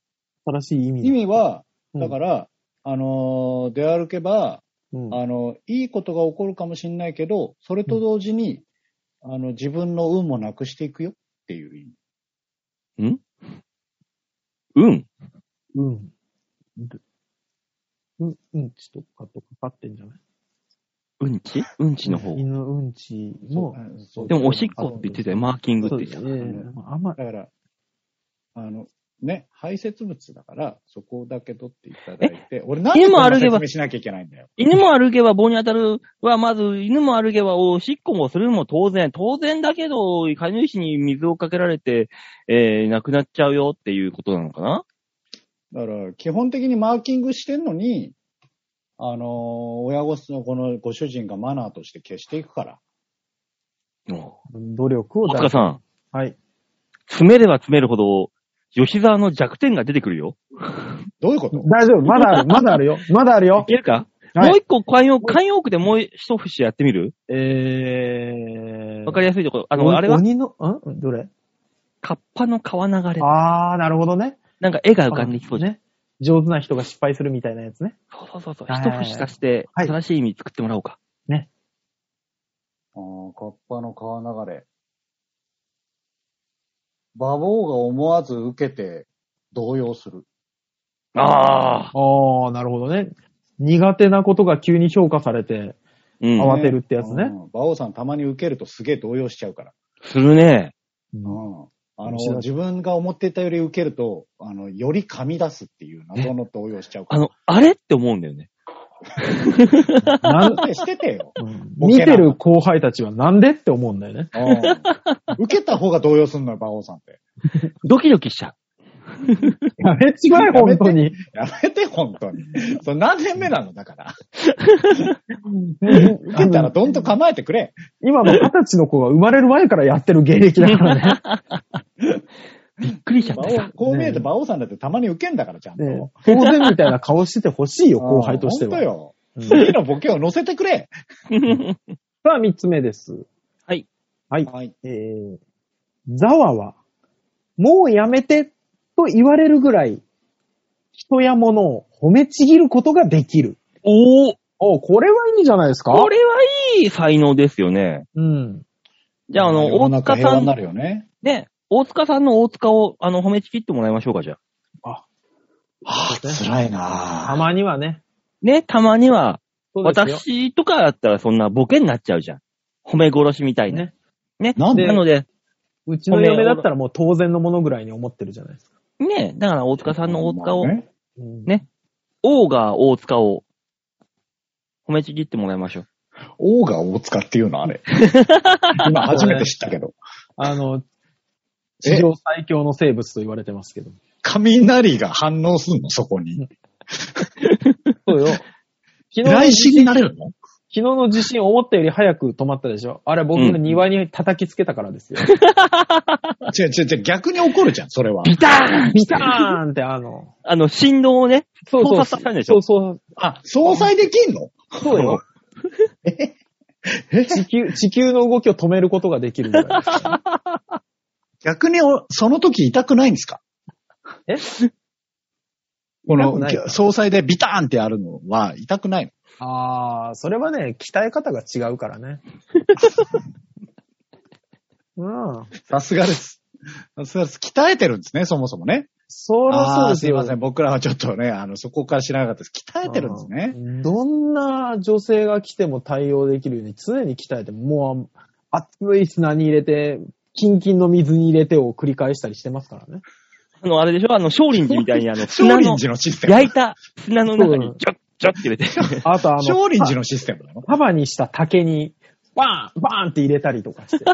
新しい意味。意味は、うんだから、あのー出歩けば、うんあのいいことが起こるかもしれないけど、それと同時に、あの、自分の運もなくしていくよっていう意味。うん。うん。うん、うんちとかとかかってんじゃないうんちうんちの方。犬のうんちも。そうでも、おしっこって言ってたよ。マーキングって言ってた。そうですねあんまだから、あの、ね、排泄物だから、そこだけ取っていただ いて、俺何で今こんな歩けば説明しなきゃいけないんだよ。犬も歩けば棒に当たるは、まず、犬も歩けばおしっこもするも当然。当然だけど、飼い主に水をかけられて、えー、亡くなっちゃうよっていうことなのかなだから、基本的にマーキングしてんのに、あのー親御さんのこのご主人がマナーとして消していくから。お努力を大塚さん、はい。詰めれば詰めるほど、吉沢の弱点が出てくるよ。どういうこと大丈夫。まだある。まだあるよ。まだあるい よ。けるか、はいもう一個慣用、慣用句でもう一節やってみるえー。わかりやすいところ。ああの、あれは、鬼の、んどれカッパの川流れ。あー、なるほどね。なんか絵が浮かんできそうじゃん。ね。上手な人が失敗するみたいなやつね。そうそうそうそう。はい一節足して、はい正しい意味作ってもらおうか。あーカッパの川流れ。馬王が思わず受けて動揺する。ああ。あー、なるほどね。苦手なことが急に評価されて、うん。慌てるってやつねうん。馬王さんたまに受けるとすげえ動揺しちゃうから。するね。うんあの面白い、自分が思っていたより受けると、あの、より噛み出すっていう謎の動揺しちゃうかあら。の、あれって思うんだよね。なんしてしててよ。うんボ見ケなてる後輩たちはなんでって思うんだよね。うん受けた方が動揺するのよ、馬王さんって。ドキドキしちゃう。やめちまえ、やめ本て当に。やめて、本当に。それ何年目なのだから。受けたらどんと構えてくれ。今の二十歳の子が生まれる前からやってる芸歴だからびっくりしちゃっ馬てさ王、。こう見えて馬王さんだってたまに受けんだから、ちゃんと。ね。 ね当然みたいな顔しててほし いよ、後輩としてうんは。本うん当よ。次のボケを乗せてくれ。さあ、三つ目です。はい。はい。はい。えー、ザワは、もうやめてと言われるぐらい、人や物を褒めちぎることができる。おー、おこれはいいんじゃないですかこれはいい才能ですよね。うん。じゃあ、あの、世の大中塚平さ和にんな、るよね。ね、大塚さんの大塚を、あの、褒めちぎってもらいましょうか、じゃあ。ああ、辛いなたあまにはね。ね、たまには、そうですよ私とかだったらそんなボケになっちゃうじゃん。褒め殺しみたいな。ねね。なんでなので、うちの嫁だったらもう当然のものぐらいに思ってるじゃないですか。ね、だから大塚さんの大塚を、まあねうんね王が大塚を、褒めちぎってもらいましょう。王が大塚っていうのあれ。今初めて知ったけど。あの、地上最強の生物と言われてますけど。雷が反応すんのそこに。そうよ。昨日の来死になれるの昨日の地震思ったより早く止まったでしょあれ僕の庭に叩きつけたから ですよ。違う違う違う、逆に怒るじゃん、それは。ビターンビターンってあの、あの、振動をね、そうそう。交差させたんでしょそうあ、相殺できんのそう。そうよ。地球、地球の動きを止めることができるぐらい ですからね。逆におその時痛くないんですかえこ痛くのないか、総裁でビターンってやるのは痛くないのああ、それはね、鍛え方が違うから ね。うん。さすがです。さすがです。鍛えてるんですね、そもそもね。そらそうあーですすいよ。ません。僕らはちょっとね、あの、そこから知らなかったです。鍛えてるんですね。うんどんな女性が来ても対応できるように常に鍛えて、もうあ熱い砂に入れて、キンキンの水に入れてを繰り返したりしてますからね。あの、あれでしょあの、少林寺みたいにあの、 少砂の林、寺のシステム。焼いた砂の中に、ジョッ、ジョッって入れて。 あとあの、少林寺のシステムなの束にした竹に、バーンバーンって入れたりとか して。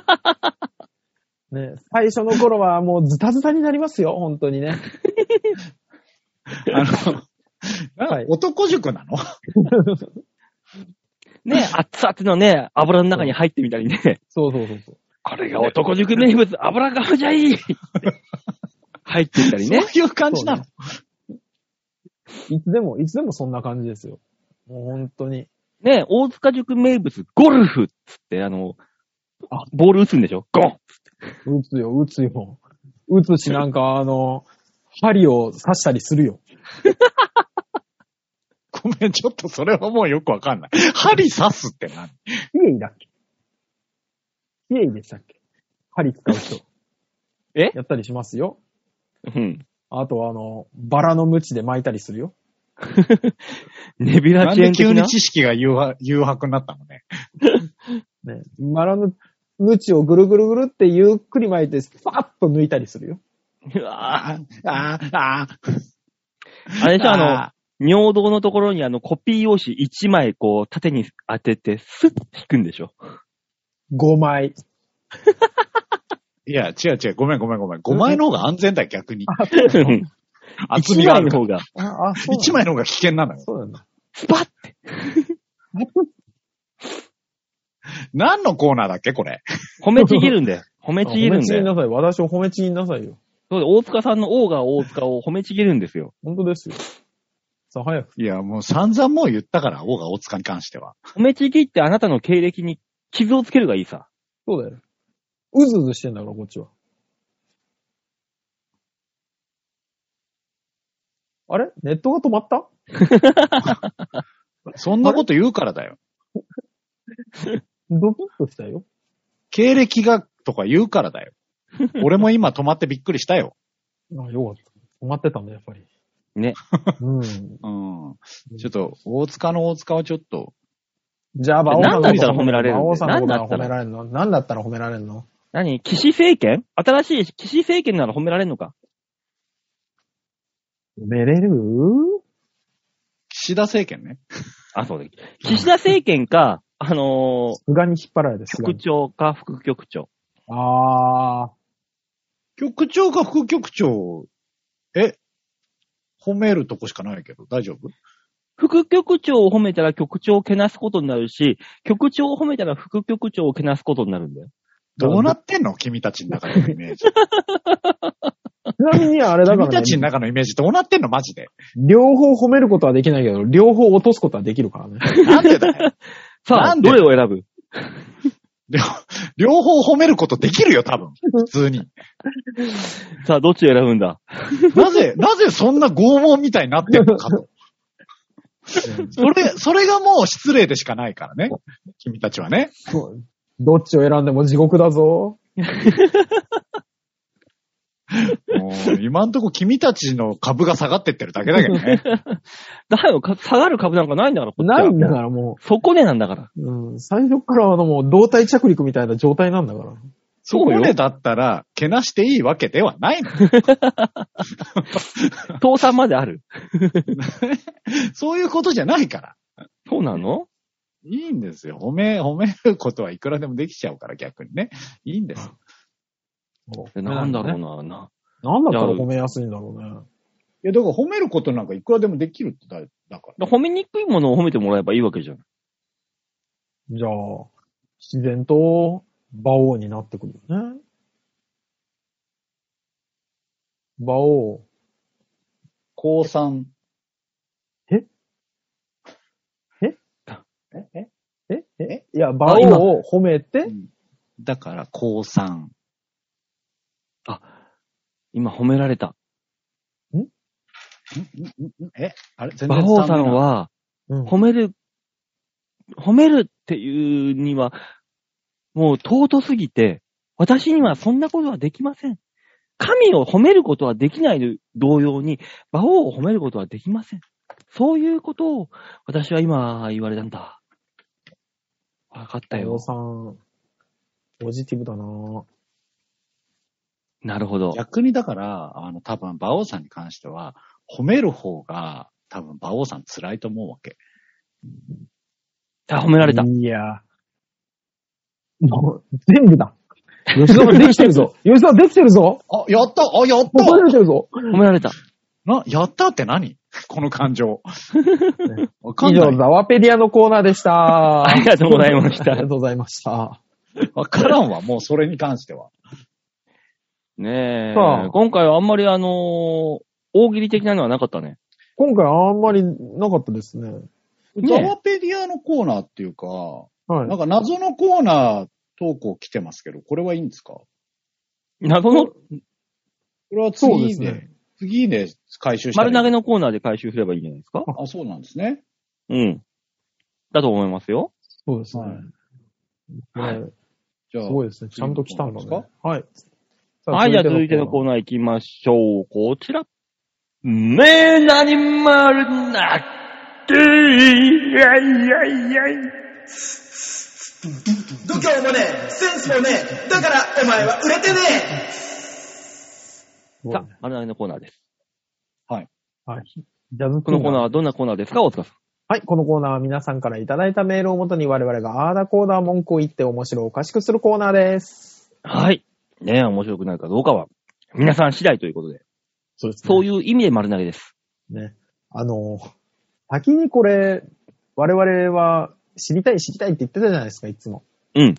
ね、最初の頃はもうズタズタになりますよ、本当に ね。あの、はい。男塾なのね、熱々のね、油の中に入ってみたりね。そうそうそうそう。これが男塾名物、油がじゃい入ってみたりそうね。いう感じなの、いつでも、いつでもそんな感じですよ。もう本当に。ね、大塚塾名物、ゴルフっつって、あの、ボール打つんでしょゴン打つよ、打つよ。打つし、なんかあの、針を刺したりするよ。ごめん、ちょっとそれはもうよくわ かんない。針刺すって何イエイだっけイエイでしたっけ針使う 人。えやったりしますよ。うん。 あとあの、バラの鞭で巻いたりするよ。ネビなラんチェーでン的急にな知識が誘惑誘惑になったのね。ね。バラの鞭をぐるぐるぐるってゆっくり巻いて、パッと抜いたりするよ。うわぁああ、あああ、れでしょあのあ、尿道のところにあの、コピー用紙1枚こう、縦に当てて、スッと引くんでしょ5枚。いや、違う違う。ごめんごめんごめん。5枚の方が安全だよ、逆に。 うん厚一みがあ枚るのから。方が、あ、あ、そ1枚の方が危険なのよ。そうなんだ。スパッ て。何のコーナーだっけ、これ。褒めちぎるんだよ。褒めちぎ るん褒めちだぎんよ。なさい。私を褒めちぎんなさいよ。そうで大塚さんの王が大塚を褒めちぎるんですよ。本当ですよ。さあ、早く。いや、もう散々もう言ったから、王が大塚に関しては。褒めちぎってあなたの経歴に傷をつけるがいいさ。そうだよ。うずうずしてんだから、こっちは。あれネットが止まったそんなこと言うからだよ。ドキッとしたよ。経歴がとか言うか らだよ。俺も今止まってびっくりしたよ。あ、よかった。止まってたんだ、やっぱり。ね。 うん。うん。ちょっと、大塚の大塚をちょっと、じゃあ、馬王さんのこと何だったら褒められるんだよ馬王さんのこと何だったは褒らめられるの何だったら褒められるの何岸政権新しい岸政権なら褒められるのか褒めれる岸田政権ね。あ、そうで岸田政権か、あのー菅に引っ張られて、菅局に。長か副局長。あ局長か副局長、え、褒めるとこしかないけど、大丈夫副局長を褒めたら局長をけなすことになるし、局長を褒めたら副局長をけなすことになるんだよ。どうなってんの君たちの中のイメ ージ。ー。ちなみにあれだか君ら、たちのね、中のイメージどうなってんのマジで。両方褒めることはできないけど、両方落とすことはできるか らね。なんでだよ。さなあ、んでどれを選ぶ両両方褒めることできるよ、 多分。普通に。さあ、どっちを選ぶんだなぜ、 なぜそんな拷問みたいになってるのかと。それ、それがもう失礼でしかないからね。君たちはね。そうどっちを選んでも地獄だぞ。もう今んとこ君たちの株が下がってってるだけだけど ね。だよ、か下がる株なんかないんだから、こっちはないんだからもそこでなんだから。う、うん、最初からあのもう胴体着陸みたいな状態なんだから。そこでだったら、けなしていいわけでは ないの。倒産まである。そういうことじゃないから。そうなのいいんですよ。褒め、褒めることはいくらでもできちゃうから逆にね。いいんです。えなんだろうな、な。なんだったらいや褒めやすいんだろうね。いや、だから褒めることなんかいくらでもできるってだ、だかだら。から褒めにくいものを褒めてもらえばいいわけじゃん。じゃあ、自然と馬王になってくるよね。馬王。高3。えええええええいや、馬王を褒めて、だから、高3。今褒められた。えあれ全馬然王さ伝んわは、うん褒める、褒めるっていうには、もう尊すぎて、私にはそんなことはできません。神を褒めることはできない同様に、馬王を褒めることはできません。そういうことを、私は今言われたんだ。わかった馬よ王。さん、ポジティブだなぁ。なるほどらない。逆にだから、あの、多分、馬王さんに関しては、褒める方が、多分、馬王さん辛いと思うわけ。あ、褒められた。いや。もう、全部だ。吉沢できて るぞ。吉沢できてるぞ。あ、やったあ、やっもうたれてるぞ。褒められた。 な、やったって何 この感情。わか以んな上、い。ザワペディアのコーナーでした。 ありがとうございましあたりが。とうございました。わからんわ、もうそれに関しては。ねえさあ。今回はあんまりあのー大喜利的なのはなかったね。今回あんまりなかったですね。ねザワペディアのコーナーっていうか、はいなん。か謎のコーナー投稿来てますけど、これはいいんですかこ謎のれはそうで次すで、ね。次で回収したらい丸い投げのコーナーで回収すればいいんじゃないですかあ、そうなんですね。うん。だと思いますよ。そうですね。はいはい。じゃあす、ごいですね。ちゃんと来たんだいいコーナーねで。はい。さはい、じゃあ続いてのコーナー。ナー行きましょう。こちら。メーナに丸投げいやいやいやい度胸もねえセンスもねえだからお前は売れてねえすごいさねあ、丸投げのコーナーです。はい。ジャズこのコーナーはどんなコーナーですか大塚さん。はい、このコーナーは皆さんからいただいたメールをもとに我々がアーダコーダー文句を言って面白おかしくするコーナーです。はい。ねえ、面白くなるかどうかは、皆さん次第ということで。そうですそういう意味で丸投げです。ね。あの、先にこれ、我々は知りたい知りたいって言ってたじゃないですか、いつも。うん。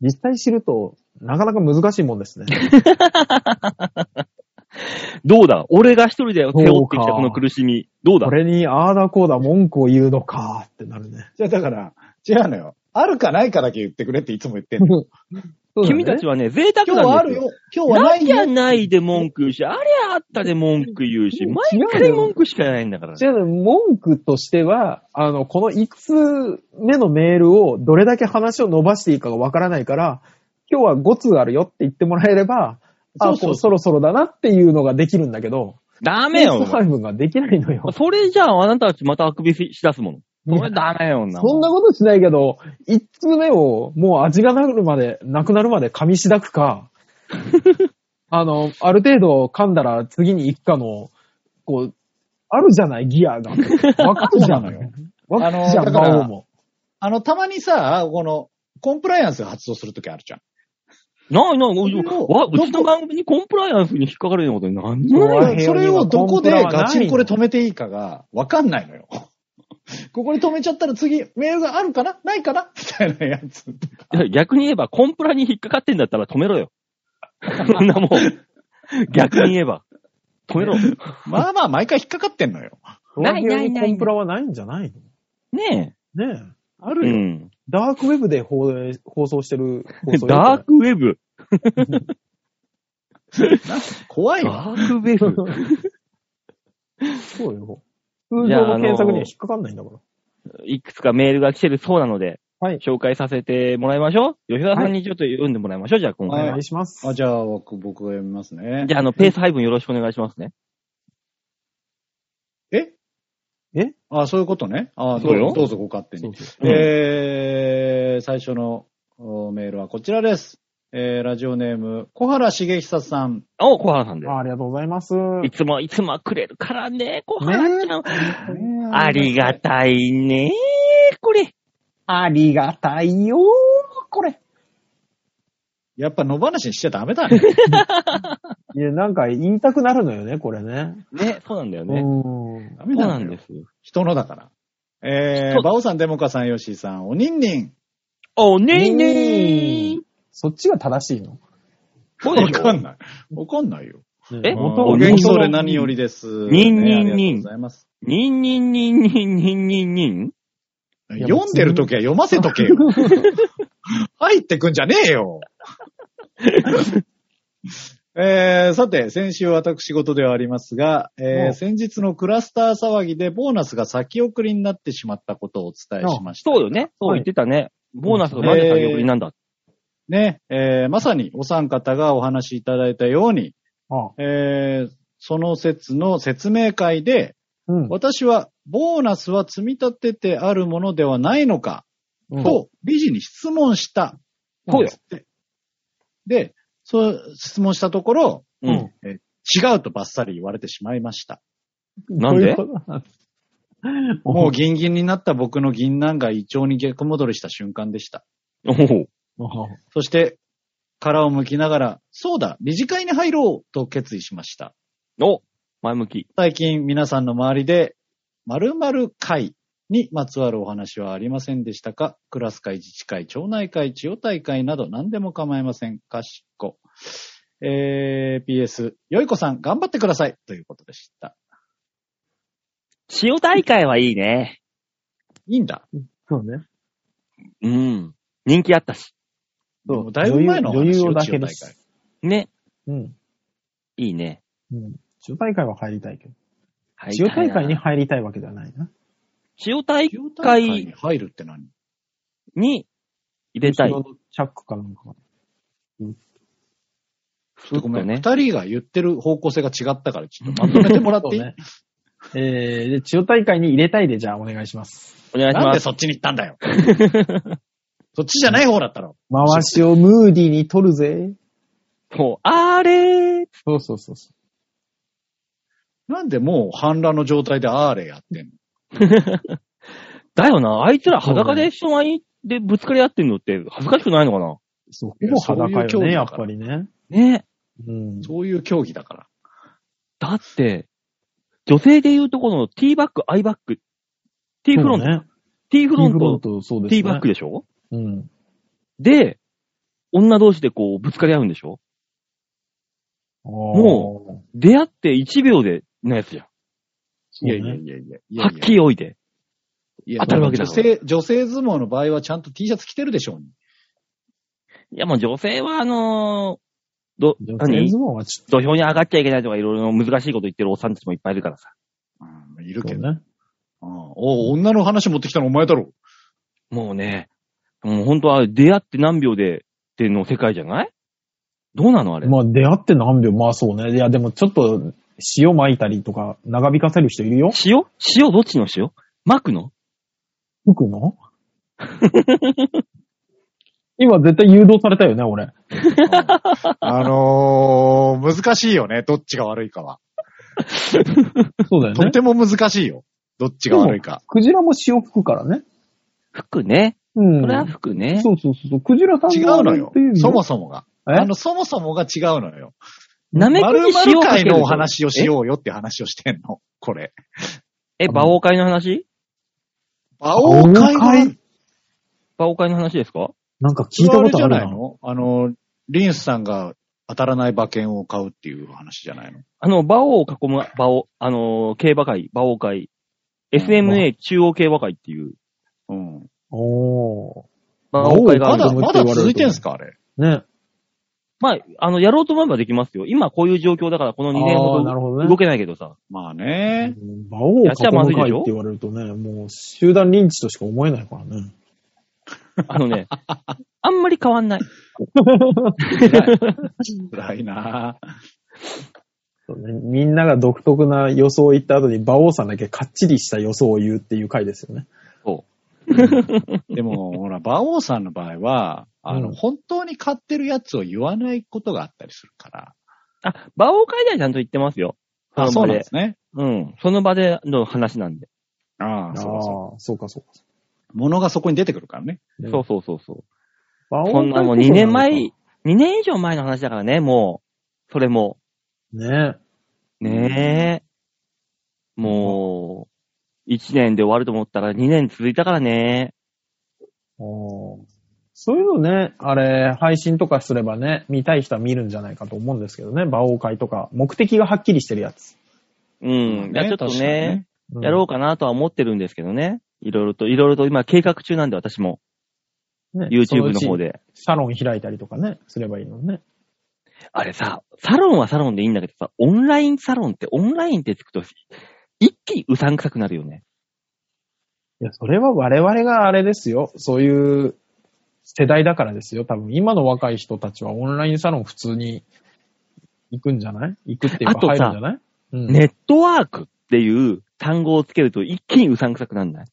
実際知ると、なかなか難しいもんですね。どうだ俺が一人で背負ってきそうたかこの苦しみ。どうだこれにあーだこーだ文句を言うのかってなる ね。じゃあだから、違うのよ。あるかないかだけ言ってくれっていつも言ってんの。君たちは、はね、贅沢今日はあなんでるすよ。今日はなないきゃよ。ないで文句言うし、あれあったで文句言うし、違うよ毎回文句しかないんだから。違う、文句としては、あの、このいくつ目のメールをどれだけ話を伸ばしていいかがわからないから、今日は5通あるよって言ってもらえれば、そあ、うそうこうそろそろだなっていうのができるんだけど、ダメよ。おペース配分ができないのよ前。それじゃあ、あなたたちまたあくびししだすもの。それダメよ、な。そんなことしないけど、一通目をもう味がなくなるまで、なくなるまで噛みしだ くか、あの、ある程度噛んだら次に行くかの、こう、あるじゃない、ギアが。わかるじ ゃそうなのないよ。わかるじゃあのだん、から魔王も。あの、たまにさ、この、コンプライアンスが発動するときあるじゃん。ないない、うちそれをわうちのどこ番組にコンプライアンスに引っかかるようなことになんそなういだよ それをどこでガチンコでコ止めていいかが、わかんないのよ。 ここで止めちゃったら次、メールがあるかなないかなみたいなやつ。いや逆に言えば、コンプラに引っかかってんだったら止めろよ。そんなもう、逆に言えば。止めろ。まあまあ、毎回引っかかってんのよ。ないないない東京にコンプラはないんじゃないねのねえ。あえ。うるよ。ん。ダークウェブで放放送してる放送。ダークウェブ。怖いわ。ダークウェブ。そうよ。通常の検索には引っかかんないんだから。いくつかメールが来てるそうなので、はい紹介させてもらいましょう。吉田さんにちょっと読んでもらいましょう、じゃあ今お回は。願いします。あ、じゃあ、僕僕が読みますねじ。ゃあ、あの、ペース配分よろしくお願いしますね。ええあ、そういうことね。あそうよどうどうぞご勝手そにう。そううんえー、最初のおメールはこちらです。えー、ラジオネーム、小原茂久さん。お、小原さんであありがとうございます。す。いつも、いつもくれるからね、小原ちゃん。ありがい。たいね、これ。ありがたいよー、これ。やっぱ野放しにしちゃダメだ ね。いや、なんか言いたくなるのよね、これね。ね、そうなんだよね。うん。そダうメだなんよですよ。人のだから。えそー、うバオさん、デモカさん、ヨッシーさん、おにんにん。おねいねーそっちが正しいのそうでわしかょんない。わかんないよ。えうん元おお元元気気そそれれ何よりです。にんにんにんねありがとうございます。にんにんにんにんにんにんにんや読んでるときは読ませとけ よ。入ってくんじゃねえよ。 えー、さて、先週私事ではありますが、えおー、う先日のクラスター騒ぎでボーナスが先送りになってしまったことをお伝えしました。そうよね。そう言ってたね。ボーナスがなんで先送りなんだ。ね、えー、まさにお三方がお話しいただいたように、あえー、その説の説明会で、うん。私はボーナスは積み立ててあるものではないのか、うんと、理事に質問した。そうよで。で、そう、質問したところ、う。うんん。違うとばっさり言われてしまいました。なんでどういうこともうギンギンになった僕の銀杏が胃腸に逆戻りした瞬間でした。おほもそして、殻を剥きながら、そうだ、理事会に入ろうと決意しました。うお、前向き。最近皆さんの周りで、〇〇会にまつわるお話はありませんでしたかクラス会、自治会、町内会、千代大会など何でも構いません。かしこ。えー、PS、よいこさん頑張ってくださいということでした。塩大会はいいね。いいんだ。 そうね。うん。人気あったし。でそもう。だいぶ前の女優話女優よ、をだ千け代で大会す。。ね。うん。いいね。うん。千代大会は入りたいけど。はい千代大会に入りたいわけではないな。塩大千代大会に会入るって何に入れたい。後ろのチャックかなんか。ちょっとごめん、ちょ二っと人が言ってる方向性が違ったから、ちょっとまとめてもらっていい、そうねえー、で、千代大会に入れたいで、じゃあお願いします。お願いしなんま。ですそっちに行った んだよ。そっちじゃない方だったろ。回しをムーディーに取るぜ。そう。あれーそうそうそうそなんでもう反乱の状態であーれやってんのだよな。あいつら裸で人前でぶつかり合ってんのって恥ずかしくないのかなう。そう、ほいやぼ裸そよういう競技ね、やだっからぱりね。ね。うん。そういう競技だから。だって、女性で言うところのティーバック、アイバック、ティーフロント、そうね。ティーフフロンロント、ト、そうですテね。ィーバックでしょうん。で、女同士でこうぶつかり合うんでしょも出会って1秒でのやつじゃういやねいやいやいやいん。や。はっきり置いて。り当たるわけだ女から性、女性相撲の場合はちゃんと T シャツ着てるでしょうに。いやもう女性はあのー、ど、う。女性何相撲はちょっ土俵に上がっちゃいけないとかいろいろ難しいこと言ってるおっさんたちもいっぱいいるからさ。うん、いるとけそうど。ね。うんおう女の話持ってきたのお前 だろ。もうね、もう本当は出会って何秒でっての世界じゃないどうなのあれ。まあ、出会って何秒まあそうね。いや、でもちょっと、塩撒いたりとか、長引かせる人いるよ。塩塩どっちの塩巻くの吹くの今絶対誘導されたよね、俺。あのー、難しいよね。どっちが悪いかは。そうだよとね。ても難しいよ。どっちが悪いか。クジラも塩吹くからね。服ね。うん。これは服ね。そうそうそうそう。クジラさん違うのよっていう。そもそもが。えあの、そもそもが違うのよ。なめく丸に塩々かけ会るのとお話をしようよって話をしてんの。これ。え、馬王会の話馬王馬会王が会馬王会の話ですかなんか聞いたことあるそれれじゃないな。のあの、リンスさんが当たらない馬券を買うっていう話じゃないのあの、馬王を囲む、馬王、あのー競馬会、馬王会。SMA 中央競馬会っていう、うん。お馬王会があまるんです馬だ、王まだ続いてんすかあれ。ー。ね。まあ、あの、やろうと思えばできますよ。今こういう状況だから、この2年あほーなるほどどね動けないけどさ。まあね。馬王を囲むやっちゃまずいで会しっょて言われるとね、もう集団認知としか思えないから ね。あの ね、あんまり変わんない。辛いなそうねみんなが独特な予想を言った後に馬王さんだけかっちりした予想を言うっていう回ですよね。そでも、ほら、馬王さんの場合は、あの、うん本当に買ってるやつを言わないことがあったりするから。う。あ、馬王会ではちゃんと言ってますよ。あ、そそうの場なでんですね。うん。その場での話なんで。ああ、そうそあー、そうかそうか。う。物がそこに出てくるからね。うんそうそうそうそう。馬王そんなもう2年前、 2年以上前の話だからね、もう。それも。ねねえ。もう、1年で終わると思ったら2年続いたからね。おーそういうのね、あれ、配信とかすればね、見たい人は見るんじゃないかと思うんですけどね、馬王会とか、目的がはっきりしてるやつ。うん。いや、ちょっと確かにね、やろうかなとは思ってるんですけどね。いろいろと、いろいろと今計画中なんで私も、うん。ね YouTube の方。で。そのうちサロン開いたりとかね、すればいいのね。あれさ、サロンはサロンでいいんだけどさ、オンラインサロンって、オンラインってつくと、一気にうさんくさくなるよね。いや、それは我々があれですよ。そういう世代だからですよ。多分、今の若い人たちはオンラインサロン普通に行くんじゃない行くっていうあかとさ入るんじゃないうん、ネットワークっていう単語をつけると一気にうさんくさくなんない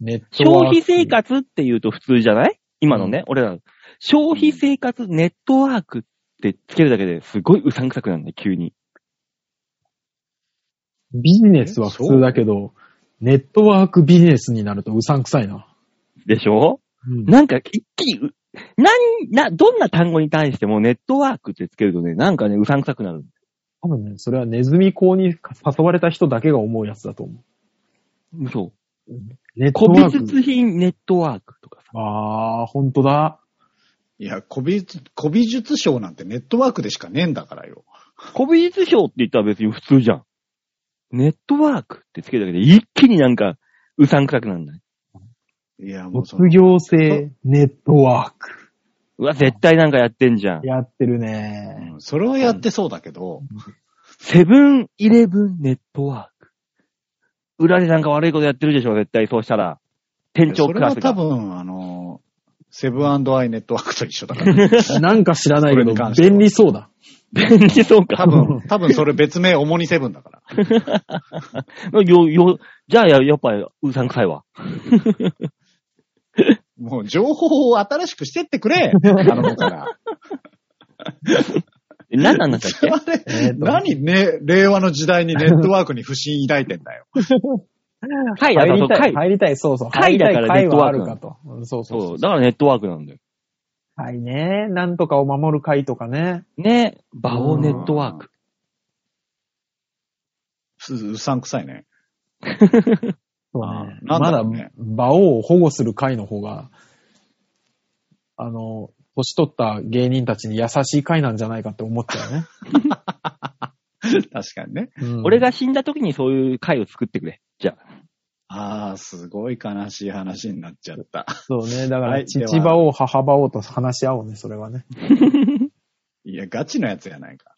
ネット消ワーク費生活っていうと普通じゃない今のね、俺らの。消費生活ネットワークってつけるだけですごいうさんくさくなるんだよ、急に。ビジネスは普通だけど、ネットワークビジネスになるとうさんくさいな。でしょうんなんか一気にう、なん、な、どんな単語に対してもネットワークってつけるとね、なんかね、うさんくさくなる。多分ね、それはネズミ講に誘われた人だけが思うやつだと思。そうネッう。ト古ワ美ーク。術品ネットワークとかさ。あー、ほんとだ。いや、古美術、古美術賞なんてネットワークでしかねえんだからよ。古美術賞って言ったら別に普通じゃん。ネットワークってつけるだけで一気になんか、うさんくさくなんない。いや、もうその卒業生ネットワーク。うわ、絶対なんかやってんじゃん。やってるね。うんそれはやってそうだけど、セブンイレブンネットワーク。裏でなんか悪いことやってるでしょ、絶対そうしたら。店長そクれラスはが。多分、あの、セブンアイネットワークと一緒だから。 なんか知らないけどそれに、関しては便利そうだ。便利そうか。多分、多分それ別名主にセブンだから。よ、よ、じゃあや、やっぱり、うさんくさいわ。もう情報を新しくしてってくれ頼 むから。 え何なんだったっけあれえーと何ね、令和の時代にネットワークに不信抱いてんだよ。会だ入りと、たい、会。入りたい、そうそう。会だから入ネりたい会ットはあワークるかと。うんそうそうそそうう、だからネットワークなんだよ。会ね。なんとかを守る会とかね。ね、バオネットワーク。すうさんくさいね。 そうあね。なまんだだろうね、馬王を保護する会の方が、あの、年取った芸人たちに優しい会なんじゃないかって思ったよね。確かにね。うん俺、が死んだ時にそういう会を作ってくれ。じゃあ。ああ、すごい悲しい話になっちゃった。そうね。だかはら、いでは父馬王、母馬王と話し合おうね、それはね。いや、ガチのやつやないか。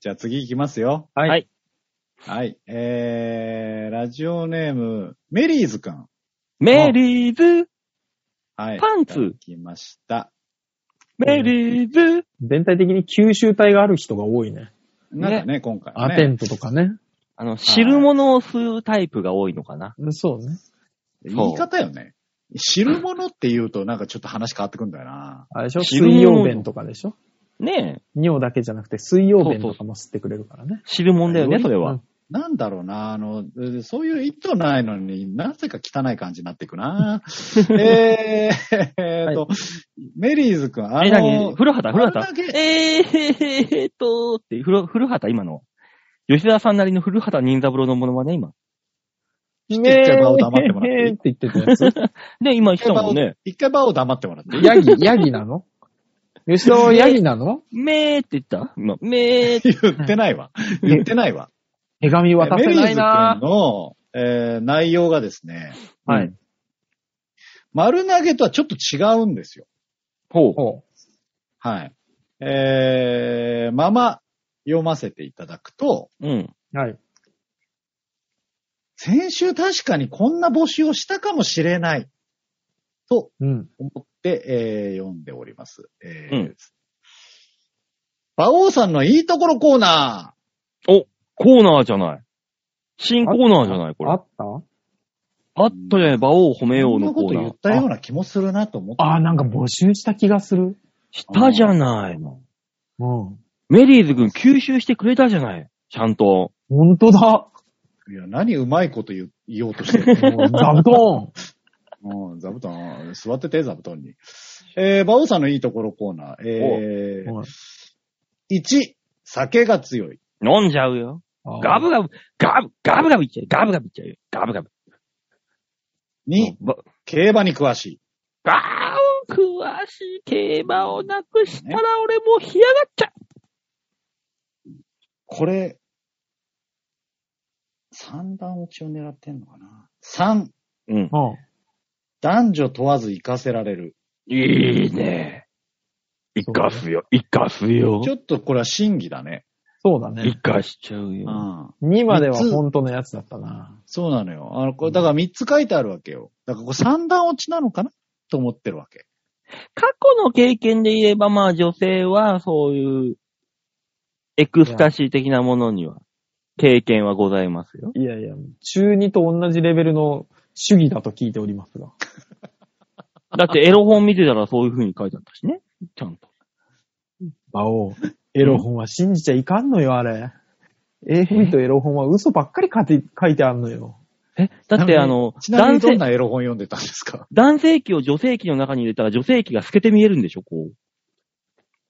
じゃあ次行きますよ。はいはいはい。えー、ラジオネーム、メリーズくん。メリーズ、はい。パンツいただきました。メリーズ。全体的に吸収体がある人が多いね。なんかね、今回、ね。アテントとかね。あの、汁物を吸うタイプが多いのかな。うんそうね。言い方よね。汁物って言うとなんかちょっと話変わってくんだよな。あれでしょ汁物水曜弁とかでしょねえ、尿だけじゃなくて水曜弁とかも吸ってくれるからね。汁物だよね、それうはん。なんだろうな、あの、えーそういう意図ないのになぜか汚い感じになっていくな。えー、えーと、メリーズくん、あえ、なにの、古畑、古畑あれだけえーっと、って、古古畑、今の。吉田さんなりの古畑任三郎のものまね、今。一回場を黙ってもらっていいねえって言ってたやつ。で、今言っ一回た場もをんね。一回場を黙ってもらっていいヤギ、ヤギなの吉田はヤギなのめーって言った今、めーって。言ってないわ。言ってないわ。手紙渡メせリーなズいくなんの、えー内容がですね、はうい。丸投げとはちょっと違うんですよ。ほう。ほはい。えー、まま読ませていただくと、うん。う。はい。先週確かにこんな募集をしたかもしれないとうん。思って、えー読んでおります。えーうん馬王さんのいいところコーナコーナーじゃない。新コーナーじゃない、これ。ああったったじゃない、馬王褒めーようこんなのこコーと言ナーっ。たような気もするなと思って。ああ、なんか募集した気がする。したじゃないの。うん。集メリーズ君吸収してくれたじゃない。ちゃんと。本当だ。いや、何うまいこと言う言おうとしてる。もう座布団。 うん、座布団、座ってて、座布団に。えー、馬王さんのいいところコーナー。えー、1、酒が強い。飲んじゃうよ。ガブガブ、ガブ、ガブガブいっちゃう。ガブガブいっちゃうよ。ガブガブ。 2、ば競馬に詳しい。あー、詳しい競馬をなくしたら俺もう干上がっちゃこれ、三段落ちを狙ってんのかな ?3、う。うん。うん。男女問わず行かせられる。いいね。生かすよ。生かすよち。ょっとこれは真偽だね。そうだ生ね。かしちゃううよ。ん。 2までは本当のやつだったな。そうなのよ。あの、これ、だから3つ書いてあるわけよ。だからこれ三段落ちなのかなと思ってるわけ。過去の経験で言えば、まあ女性はそういうエクスタシー的なものには経験はございますよ。いやいや、中2と同じレベルの主義だと聞いておりますが。 だってエロ本見てたらそういう風に書いてあったしね。ちゃんと。馬王、エロ本は信じちゃいかんのよ、あれ。AV とエロ本は嘘ばっかり書いて書いてあんのよ。え、だってあの、ちなみに男どん性、なエロ本読んでたんですか 男性器を女性器の中に入れたら女性器が透けて見えるんでしょ、こう。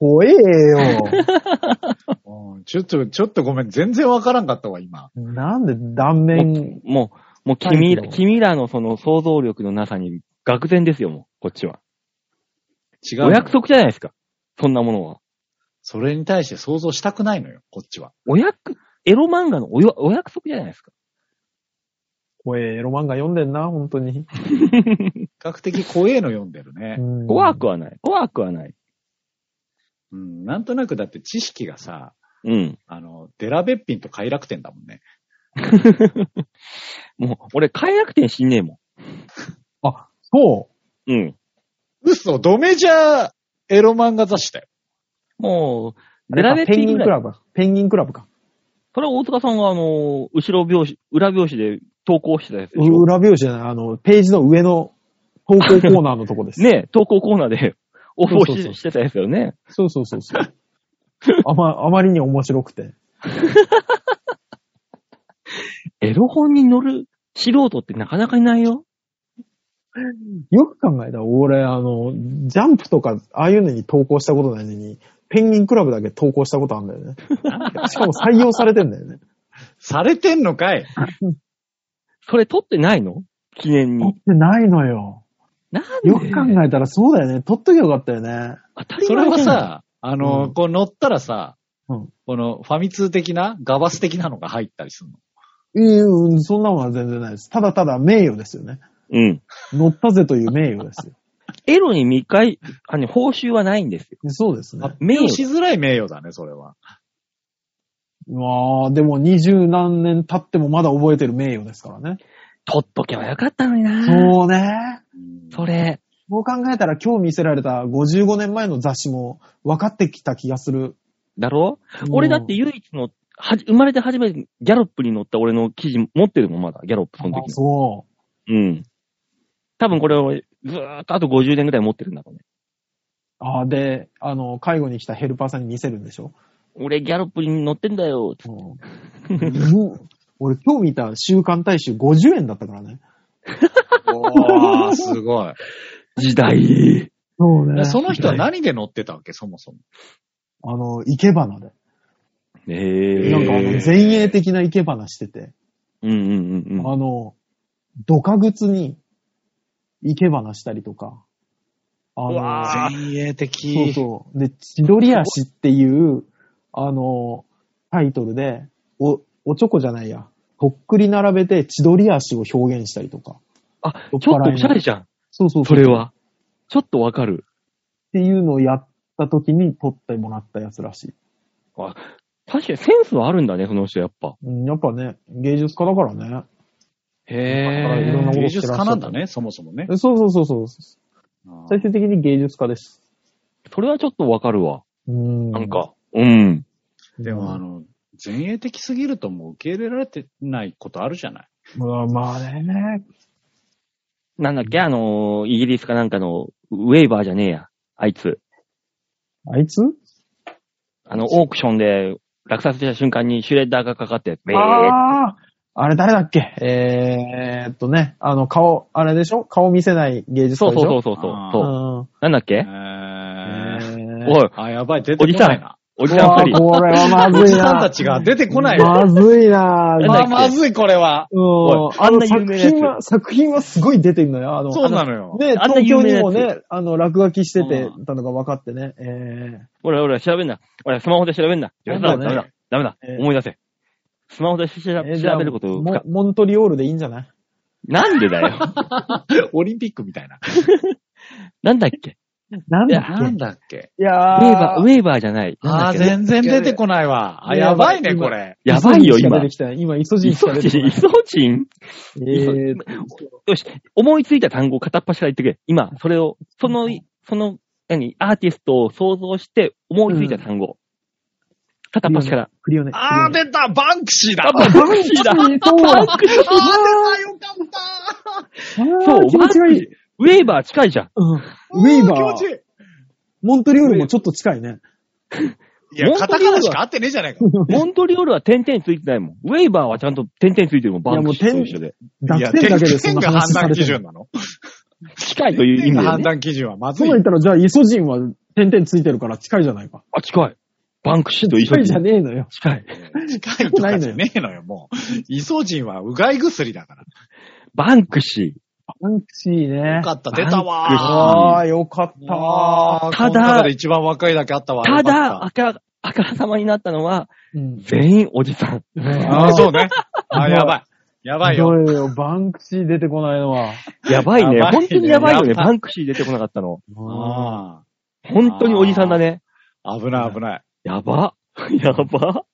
怖 えよ。うんちょっと、ちょっとごめん。全然わからんかったわ、今。なんで断面、もう、もう君タイプら、の君らのその想像力のなさに愕然ですよ、もう、こっちは。違う。お約束じゃないですか。そんなものは。それに対して想像したくないのよ、こっちは。お約、エロ漫画のおよお約束じゃないですか。怖えエロ漫画読んでんな、本当に。比較的怖えの読んでるね。怖くは。はない。怖くはない。うん。なんとなくだって知識がさ、うん。あの、デラべっぴんと快楽天だもんね。もう、俺、快楽天死んねえもあ、そん。うん。嘘、ドメジャーエロ漫画雑誌だよ。もう、う。デラベッペンピギンンぐクらい。ラブか。ペンギンクラブか。それは大塚さんが、あの、後ろ拍子、裏拍子で投稿してたやつでしょ。裏表紙じゃない、あの、ページの上の投稿コーナーのとこ です。ねえ、投稿コーナーで 応募そうそうそうししてたやつだよね。そうそうそうそう。 あま、あまりに面白くて。エロ本に載る素人ってなかなかいないよ。よく考えたら、俺、あの、ジャンプとか、ああいうのに投稿したことないのに、ペンギンクラブだけ投稿したことあるんだよね。しかも採用されてんだよね。されてんのかいそれ撮ってないの記念撮っに。てないのよ。なんでよく考えたらそうだよね。撮っときゃよかったよね。当たり前それはじゃない、さ、あの、うんこう乗ったらさ、うんこのファミ通的な、ガバス的なのが入ったりするの。うんうん、そんなものは全然ないです。ただただ名誉ですよね。うん。乗ったぜという名誉ですよ。エロに未開、あの、報酬はないんですよ。 そうですね。発名誉表しづらい名誉だね、それは。まあ、でも二十何年経ってもまだ覚えてる名誉ですからね。撮っとけばよかったのになそう ね。それ、そう考えたら今日見せられた55年前の雑誌も分かってきた気がする。だろ 俺だって唯一の、はじ、生まれて初めてギャロップに乗った俺の記事持ってるもん、まだ。ギャロップ、そうん、のあ時の。そうん。多分これをずーっとあと50年ぐらい持ってるんだろうね。う。あで、あの、介護に来たヘルパーさんに見せるんでしょ、俺ギャロップに乗ってんだよ。うん 俺今日見た週刊大衆50円だったからね。おー、すご い。時代。そうでその人は何で乗ってたわけ、そもそも。あの、生け花で。えへーえなんかあの、前衛的な生け花してて、うんうんうんうん。あの、ドカ靴に生け花したりとか、あうわの、あー前衛的。そうそう。で、千鳥足っていう、あの、タイトルで、お、おちょこじゃないや。とっくり並べて千鳥足を表現したりとか。あ、ちょっとおしゃれじゃん。そうそうそそう。れっは。ちょっとわかる。ていうのをやった時に撮ってもらったやつらしい。確かにセンスはあるんだね、その人やっぱ。うん、やっぱね、芸術家だからね。へいろんなこと芸して術らっしゃ家ったなんだね、そもそもね。えそうそうそうそう。あー最終的に芸術家です。それはちょっとわかるわ。うん。なんか。うん。うん、でも、あの、前衛的すぎるともう受け入れられてないことあるじゃない。まあ、まあね。なんだっけ、あのー、イギリスかなんかの、ウェイバーじゃねえや。あいつ。あいつあの、オークションで落札した瞬間にシュレッダーがかかって、ベーってあああれ誰だっけえーっとね、あの、顔、あれでしょ顔見せない芸術そ家うでしょそうそううそうそうあーそう。なんだっけえーん。えーおい、あ、やばい、出てこないな。おじうさんわ二ー人。これはまおずじいさんな。たちが出てこないな。まずいななぁ。あんだっけまずい、これは。うん。ああんのな有名な作やつ品は、作品はすごい出てるのよ。あの、そうなのよ。ね、あんな東有京名なにやつもね、あの、落書きしててう、たのが分かってね。えほらほら、調べんな。ほら、スマホで調べんな。ダメだ、そうダだメねだ、ダメだえ。ー思い出せ。スマホでしーらえーじゃあ調べることをモモントリオールでいいんじゃないなんでだ よ。オリンピックみたいな。なんだっけなんだだっっけけなんだっけいやウェーバー、ウェーバーじゃない。あなんー、だっけ全然出てこないわ。あ、やばいね、これ。やばいよ、今出。てきた。今、イソジインしソか出てチきン、イた。ソチンえーよし、思いついた単語を片っ端から言ってくれ。今、それを、その、その、何、アーティストを想像して思いついた単語。片っ端から。クリオネ。あクー、リオネ出たバンクシーだあ、バンクシーだバンクシーそうバンクシーあー、出たよかったあそーう、気バ持ンクちシがいいー。。ウェーバー近いじゃん。うんうウェーバ気持ちいー。モントリオールもちょっと近いね。い。いや、本カ当タにカナしか合ってねえじゃないか。 モントリオールは点々ついてないもん。ウェーバーはちゃんと点々ついてるもん、いバやンクもうシーと一緒で。いや、濁点点だけでそん点なが判話さ断れて基る準。なの近いという意点が味で、判ね。断基準はまずそうい言っ。たら、じゃあ、イソジンは点々ついてるから近いじゃないか。あ、近い。バンクシーと一緒で。近いじゃねえのよ。近い。近いとかじゃねえのよ、もう。イソジンはうがい薬だから。バンクシバンクシーねよか。った、出たバンわー。あー、よかっあた。ーただこの中で一番若いだけあったわ。ー。たよかだ、っあから、あからさまになったのは、うん全員おじさん。た、ああー、そ うね。あー、やばい。やばいよ。どうよ、バンクシー出てこないのは。やばいね。やばいね本当にやばいよね。やばいバンクシー出てこなかったの。ああ本当におじさんだね。ー危ない、危ない。やば。やば。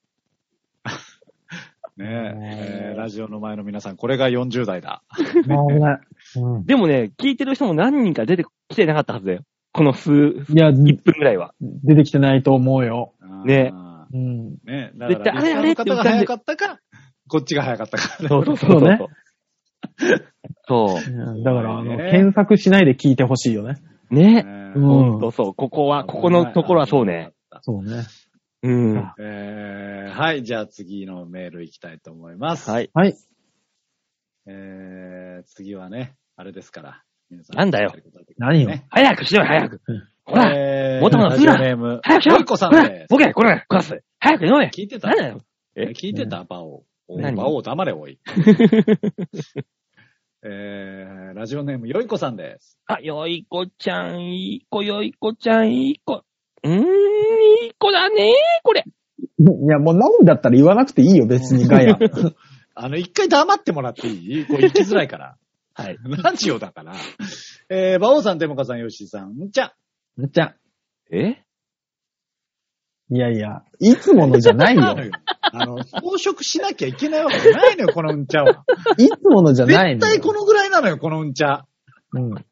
ねあえーえーラジオの前の皆さん、これが40代だ。ー危ない。うんでもね、聞いてる人も何人か出てきてなかったはずだよ。この数、1いや、分ぐらいは。出てきてないと思うよ。ねあうん。ー。ねえ、だ絶か対ら、あれあれって方が早かったか、こっちが早かったか。そうそうそうね。そうい。やだから、あそうの、ね検索しないで聞いてほしいよね。ね。ねうんほんとそう。ここは、ここのところはそうね。。そうね。うん。えーはい、じゃあ次のメールいきたいと思います。はい。はい。えー次はね、あれですから。皆さなんだよ。何よ。ね早くしろよ、早くうん。ほら、えーもたもたラするジなオネーム、早くしろよいこさんほでら、ボケ、これ、食わす。早く飲め。す。聞いてたなんだよ。ええ聞いてたバオ。お何バオ黙れ、おい。えーラジオネーム、よいこさんです。あ、よいこちゃん、いい子、よいこちゃん、いい子。うーん、いい子だねこれ。いや、もう何だったら言わなくていいよ、別にガヤ。 あの、一回黙ってもらっていいこう行きづら いから。はい。ラジオだから。えー、バオさん、デモカさん、ヨッシーさん、んちゃ。じゃあえいやいや、いつものじゃないなよの。よ。あの、装飾しなきゃいけないわけないのよ、このうんちゃは。いつものじゃ ない絶のよ。対このぐらいなのよ、このうんちゃ。うんあ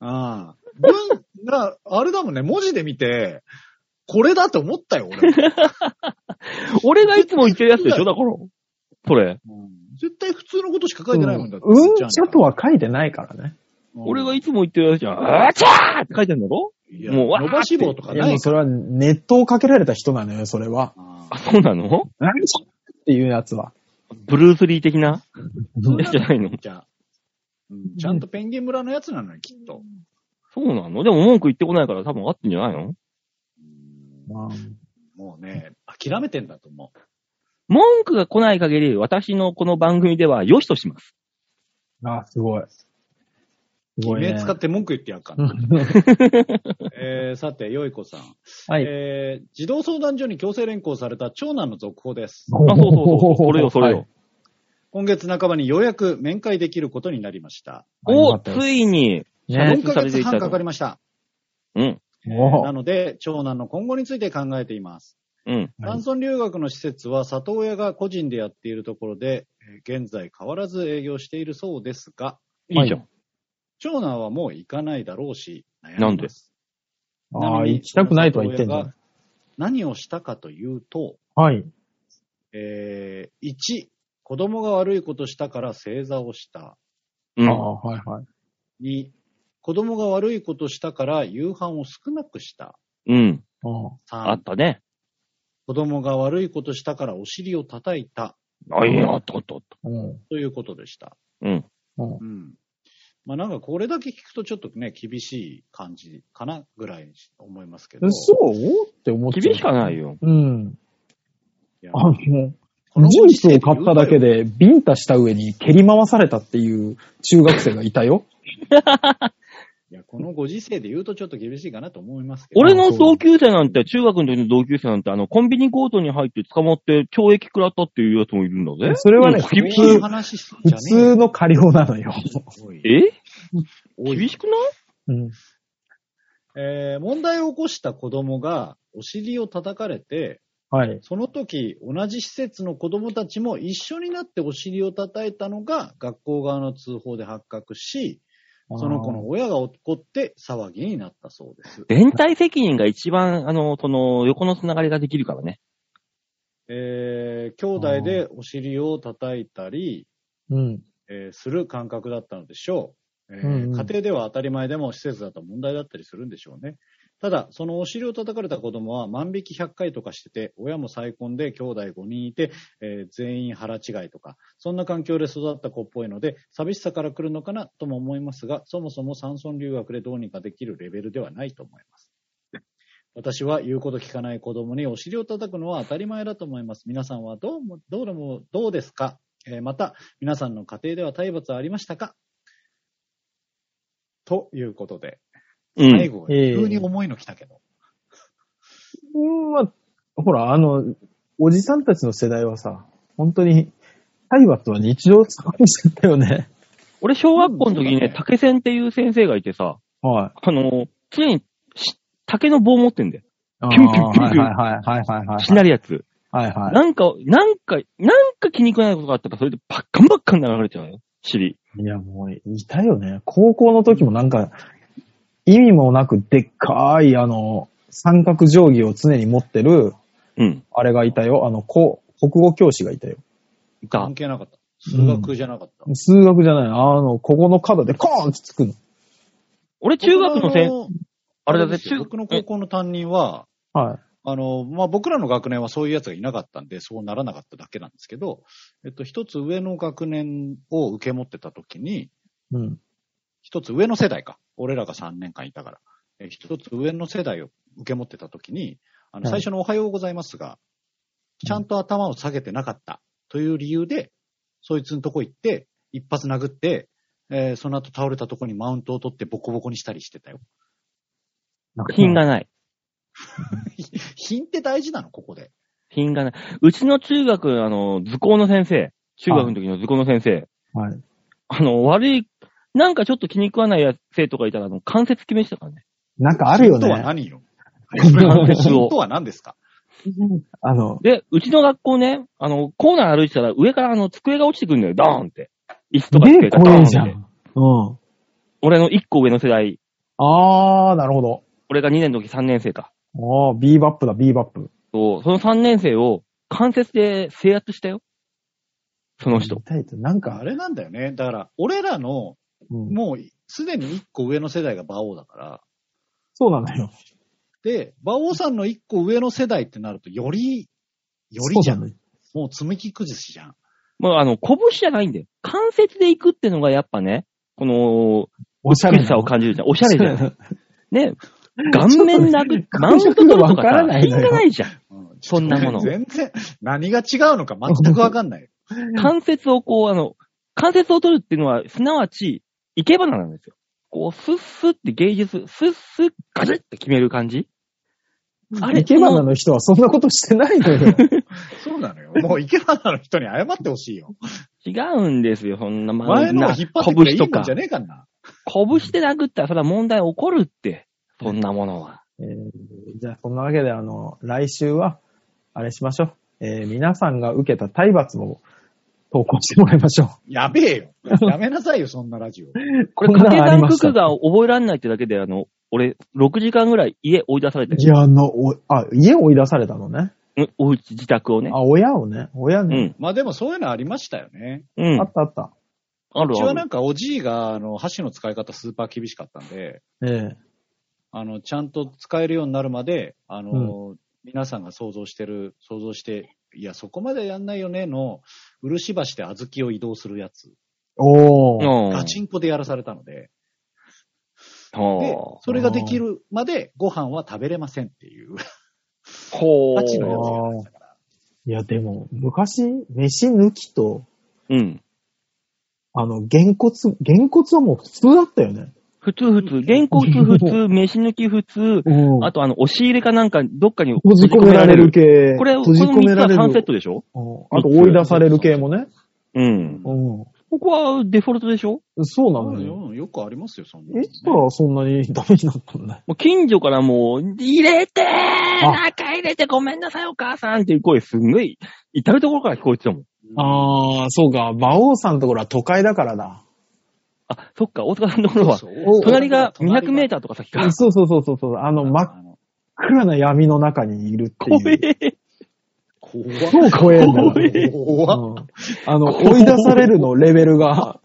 あ。文、な、あれだもんね、文字で見て、これだと思ったよ、俺。俺がいつも言ってるやつでしょだから。それ。絶対普通のことしか書いてないもんだって。うんちゃとは書いてないからね。うん、俺がいいつも言ってるやつじゃん。あちゃーって書いてんだろや、もうわー伸ばし棒とかいや、なもいうそから。れはネットをかけられた人なのよ、それは。ああ、あそうなの何じゃっていうやつは。ブルースリー的なうんやつじゃないのじゃあうんちゃんとペンギン村のやつなのよ、きっと。そうなのでも文句言ってこないから多分合ってんじゃないのもうね、諦めてんだと思う。文句が来ない限り、私のこの番組では良しとします。あ、すごい。すごい目ね。使って文句言ってやっかう ら。んえー、さて、よいこさん。はい。えー、児童相談所に強制連行された長男の続報です。あ、そうそうそうそう。それよ、それよ。今月半ばにようやく面会できることになりました。はい。よかお、ったですついに、ね4ねヶ月半かかりました。うん、おなので、長男の今後について考えています。うん。はい男村留学の施設は里親が個人でやっているところで、えー現在変わらず営業しているそうですが、いいじゃん。長男はもう行かないだろうし、な悩んんでです。ああ、行きたくないとは言ってんじゃん。何をしたかというと、はい。えー、1、子供が悪いことしたから正座をした。うあん。あ、はいはい。 2、子供が悪いことしたから夕飯を少なくした。うん。ああ3あったね。子供が悪いことしたからお尻を叩いた。あ、いや、あったあったあっうん。ということでした。た。うん。うんう。ん。まあなんかこれだけ聞くとちょっとね、厳しい感じかなぐらい思いますけど。そうって思っちゃう。厳しかないよ。うん。いやあの、ジこのュごー時ス世を買っただけでビンタした上に蹴り回されたっていう中学生がいたよ。いや、このご時世で言うとちょっと厳しいかなと思いますけど。俺の同級生なんて、中学の時の同級生なんて、あの、コンビニ強盗に入って捕まって懲役食らったっていうやつもいるんだぜ。それはねうんそう厳し普いうい。話じ普ゃね通の過料なのよ。えよ。えおい厳しくないうん。えー問題を起こした子供がお尻を叩かれて、はい。その時同じ施設の子供たちも一緒になってお尻を叩いたのが学校側の通報で発覚し、その子の親が怒って騒ぎになったそうです。連帯責任が一番、あの、その、横のつながりができるからね。えー兄弟でお尻を叩いたり、うん。えーする感覚だったのでしょう、えーうんうん家庭では当たり前でも施設だと問題だったりするんでしょうね。ただ、そのお尻を叩かれた子供は万引き100回とかしてて、親も再婚で兄弟5人いて、えー全員腹違いとか、そんな環境で育った子っぽいので、寂しさから来るのかなとも思いますが、そもそも山村留学でどうにかできるレベルではないと思います。私は言うこと聞かない子供にお尻を叩くのは当たり前だと思います。皆さんはどうも、どうでも、どうですか、えーまた、皆さんの家庭では体罰はありましたかということで、う最ん。後はええ急に重いの来たけど。うん、まあ、ほら、あの、おじさんたちの世代はさ、本当に、体罰は日常使いしちゃったよね。俺、小学校の時にうんね、竹線っていう先生がいてさ、はい。あの、常にし竹の棒持ってんだよ。あーピュンピュンピュンピュンはいはいはいはいはいしなるやつ。はい。はいはなんか、なんか、なんか気に食わないことがあったら、それでパッカンパッカン流れちゃうよ。尻。い。いやもう、いたよね。高校の時もなんか、意味もなくでっかい、あの、三角定規を常に持ってる、うん。あれがいたよ。あの、こ国語教師がいたよ。だ関。係なかった。数学じゃなかった。数学じゃない。あの、ここの角でコーンってつくの。俺、中学の先、あれだぜ、ですよ中僕の高校の担任は、はい。あの、まあ、僕らの学年はそういうやつがいなかったんで、そうならなかっただけなんですけど、えっと、一つ上の学年を受け持ってた時に、うん。一つ上の世代か。俺らが3年間いたから。えー一つ上の世代を受け持ってた時に、あの、は最い初のおはようございますが、ちゃんと頭を下げてなかったという理由で、そいつのとこ行って、一発殴って、えーその後倒れたとこにマウントを取ってボコボコにしたりしてたよ。品がない。品って大事なのここで。品がない。うちの中学、あの、図工の先生、中学の時の図工の先生、はい。あの、悪い、なんかちょっと気に食わないや生徒がいたら、あの、関節決めしたからね。なんかあるよ品とはね。何 よ関節品をと。は何ですかあの、で、うちの学校ね、あの、コーナー歩いてたら、上からあの、机が落ちてくるんだよ、ドーンって。椅子とか机で、がドーン怖いってじゃ。ん。うん。俺の一個上の世代、あー、なるほど。俺が2年の時3年生か。あー、ビーバップだ、ビーバップ。そうその3年生を関節で制圧したよ。その人。痛いってなんかああれ、れなんだよね。だから、俺らの、うんもう、すでに一個上の世代が馬王だから、そうなのよ。で、馬王さんの一個上の世代ってなると、より、よりじゃん。そうもう積み木崩しじゃん。もうあの、拳じゃないんだよ。関節で行くってのがやっぱね、この、おしゃれ美しさを感じるじゃん。おしゃれじゃん。ん。ね。顔面なく、マウント取るとか感触がわからさ、ないの品よがないじゃん。うんそんなもの全然、何が違うのか全くわかんない。関節をこう、あの、関節を取るっていうのは、すなわち、いけばななんですよ。こう、スッスッって芸術、スッスッ、ガチッって決める感じあれいけばなの人はそんなことしてない のよ。そうなのよ。 もう池原の人に謝ってほしいよ。違うんですよ、そんな、ま前のを引っ張ってくれ拳いいともんかじゃ。ねえかな。拳で殴ったら、それは問題起こるって。そんなものは。えーじゃあ、そんなわけで、あの、来週は、あれしましょう。えー皆さんが受けた体罰を投稿してもらいましょやべえよ。やめなさいよ、そんなラジオ。う。これ、掛けあり算ま九した九が覚えらんないってだけで、あの、俺、6時間ぐらい家追い出されてい、や、あの、おあ、家を追い出されたのね。うんおうち、自宅をね。あ、親をね。親うね。ん。まあでもそういうのありましたよね。うんあ。ったあった。あうるちあはるな。んかおじいが、あの、箸の使い方スーパー厳しかったんで、えあの、ちゃんと使えるようになるまで、あの、皆さんが想像してる、想像していや、そこまでやんないよねの、漆橋で小豆を移動するやつ、おー。うん。ガチンコでやらされたので、でほ、それができるまでご飯は食べれませんっていう、う。ほガう。チのやつやられたから。いや、でも、昔、飯抜きと、うん。あの、げんこつ、げんこつはもう普通だったよね。普通普通。原稿普通、飯抜き普通、うんあとあの、押し入れかなんか、どっかに閉じ込められる。系。これ、こ閉じの込め3つらはれる。 3セットでしょうんあと追い出される系もね。うん。うここはデフォルトでしょん。そうなうのんよ。うんよくありますよ、そんなのね。いつからそんなにダメになった んだよ。もう近所からもう、入れてー中入れてごめんなさいお母さんっていう声すんごい、至るところから聞こえてたもん。あー、そうか。馬王さんのところは都会だからだ。あ、そっか、大阪さんのところは、そうそう隣が200メーターとか先か。そうそうそうそうそう。あの、真っあの暗な闇の中にいるって怖いう。え。怖超怖えんだよ。い怖いうんあの、追い出されるのレベルが、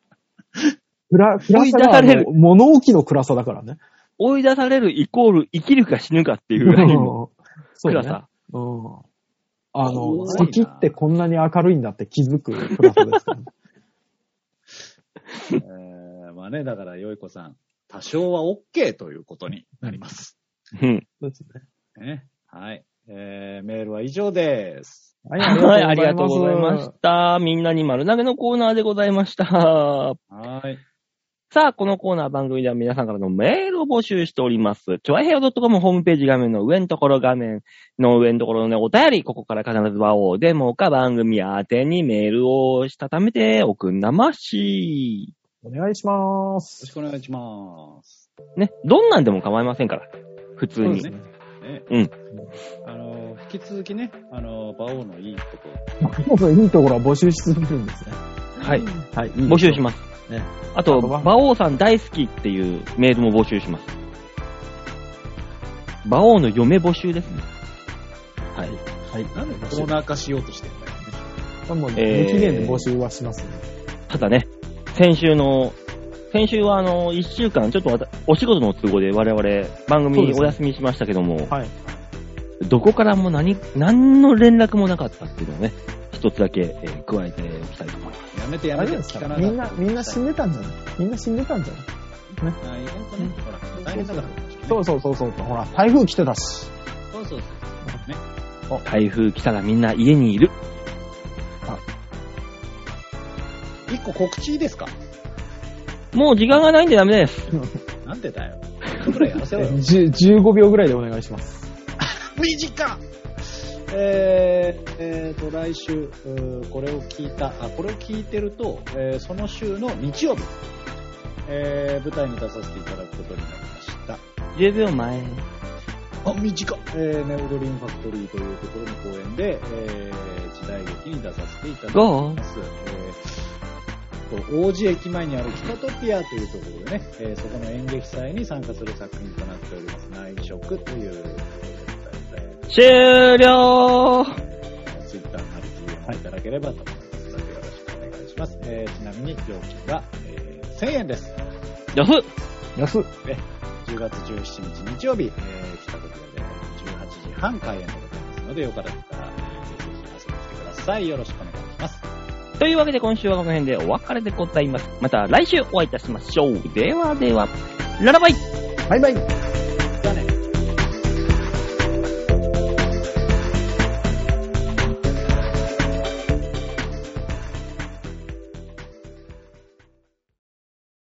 暗、暗さが追い出されるもう物置の暗さだからね。追い出されるイコール生きるか死ぬかっていううぐらいのんそう暗ねさ。うん。あの、怖いな敵ってこんなに明るいんだって気づく暗さですからね。えーまあね、だから、よいこさん、多少は OK ということになります。うん。そうですね。ね。はい。えー、メールは以上です。はいはい、ありがとうございましす。た。みんなに丸投げのコーナーでございました。はい。さあ、このコーナー番組では皆さんからのメールを募集しております。ちょあへよ .com ホームページ画面の上のところ、画面の上のところのね、お便り、ここから必ず和をデモか番組宛てにメールをしたためておくんなまし。お願いしまよろしす。くお願いします。ね、どんなんでも構いませんから。普通そうに。ですね。ね。うん。あの、引き続きね、あの、馬王のいいとこ僕いいところは募集し続けるんですね。はい。はい。募集しまます。ねあと、あとは馬王さん大好きっていうメールも募集します。馬王の嫁募集ですね。はい。す。はい。なんでコーナー化しようとしてんだよね。もう無期えー限で募集はしますね。ただね、先週の、先週はあの、一週間、ちょっとわたお仕事の都合で我々番そう組ですおね休みしましたけども、はい。どこからも何、何の連絡もなかったっていうのをね、一つだけ、えー加えておきたいと思います。やめてやあめれじて、ゃないです聞かなか。かったみんな、みんな死んでたんじゃないみんな死んでたんじゃないあイベントね、ほら、大変だから。そうそうそうそう。ほら、台風来てたし。そうそうそう。台風来たらみんな家にいる。一個告知いいですかもう時間がないんでダメです。なんでだよ。くらいやらせろよ。じゅ15秒ぐらいでお願いします。短っえーえーと、来週、うーこれを聞いた、あ、これを聞いてると、えーその週の日曜日、えー舞台に出させていただくことになりました。 10秒前。あ、短っえー、ネオドリームファクトリーというところの公演で、えー時代劇に出させていただき5ま、す。えーと王子駅前にあるヒカトピアというところでね、えーそこの演劇祭に参加する作品となっております。内職というところでございます。終了ツイッターなり DM をいただければと思いますので、よろしくお願いします。えーちなみに料金が、えー1000円です。よす安っ。 10月17日日曜日、えー、北国で18時半開演でございますので、よかったら、えーぜひ遊びに来てください。よろしくお願いします。というわけで今週はこの辺でお別れでございます。また来週お会いいたしましょう。ではでは、ララバイバイバイ。じゃあね。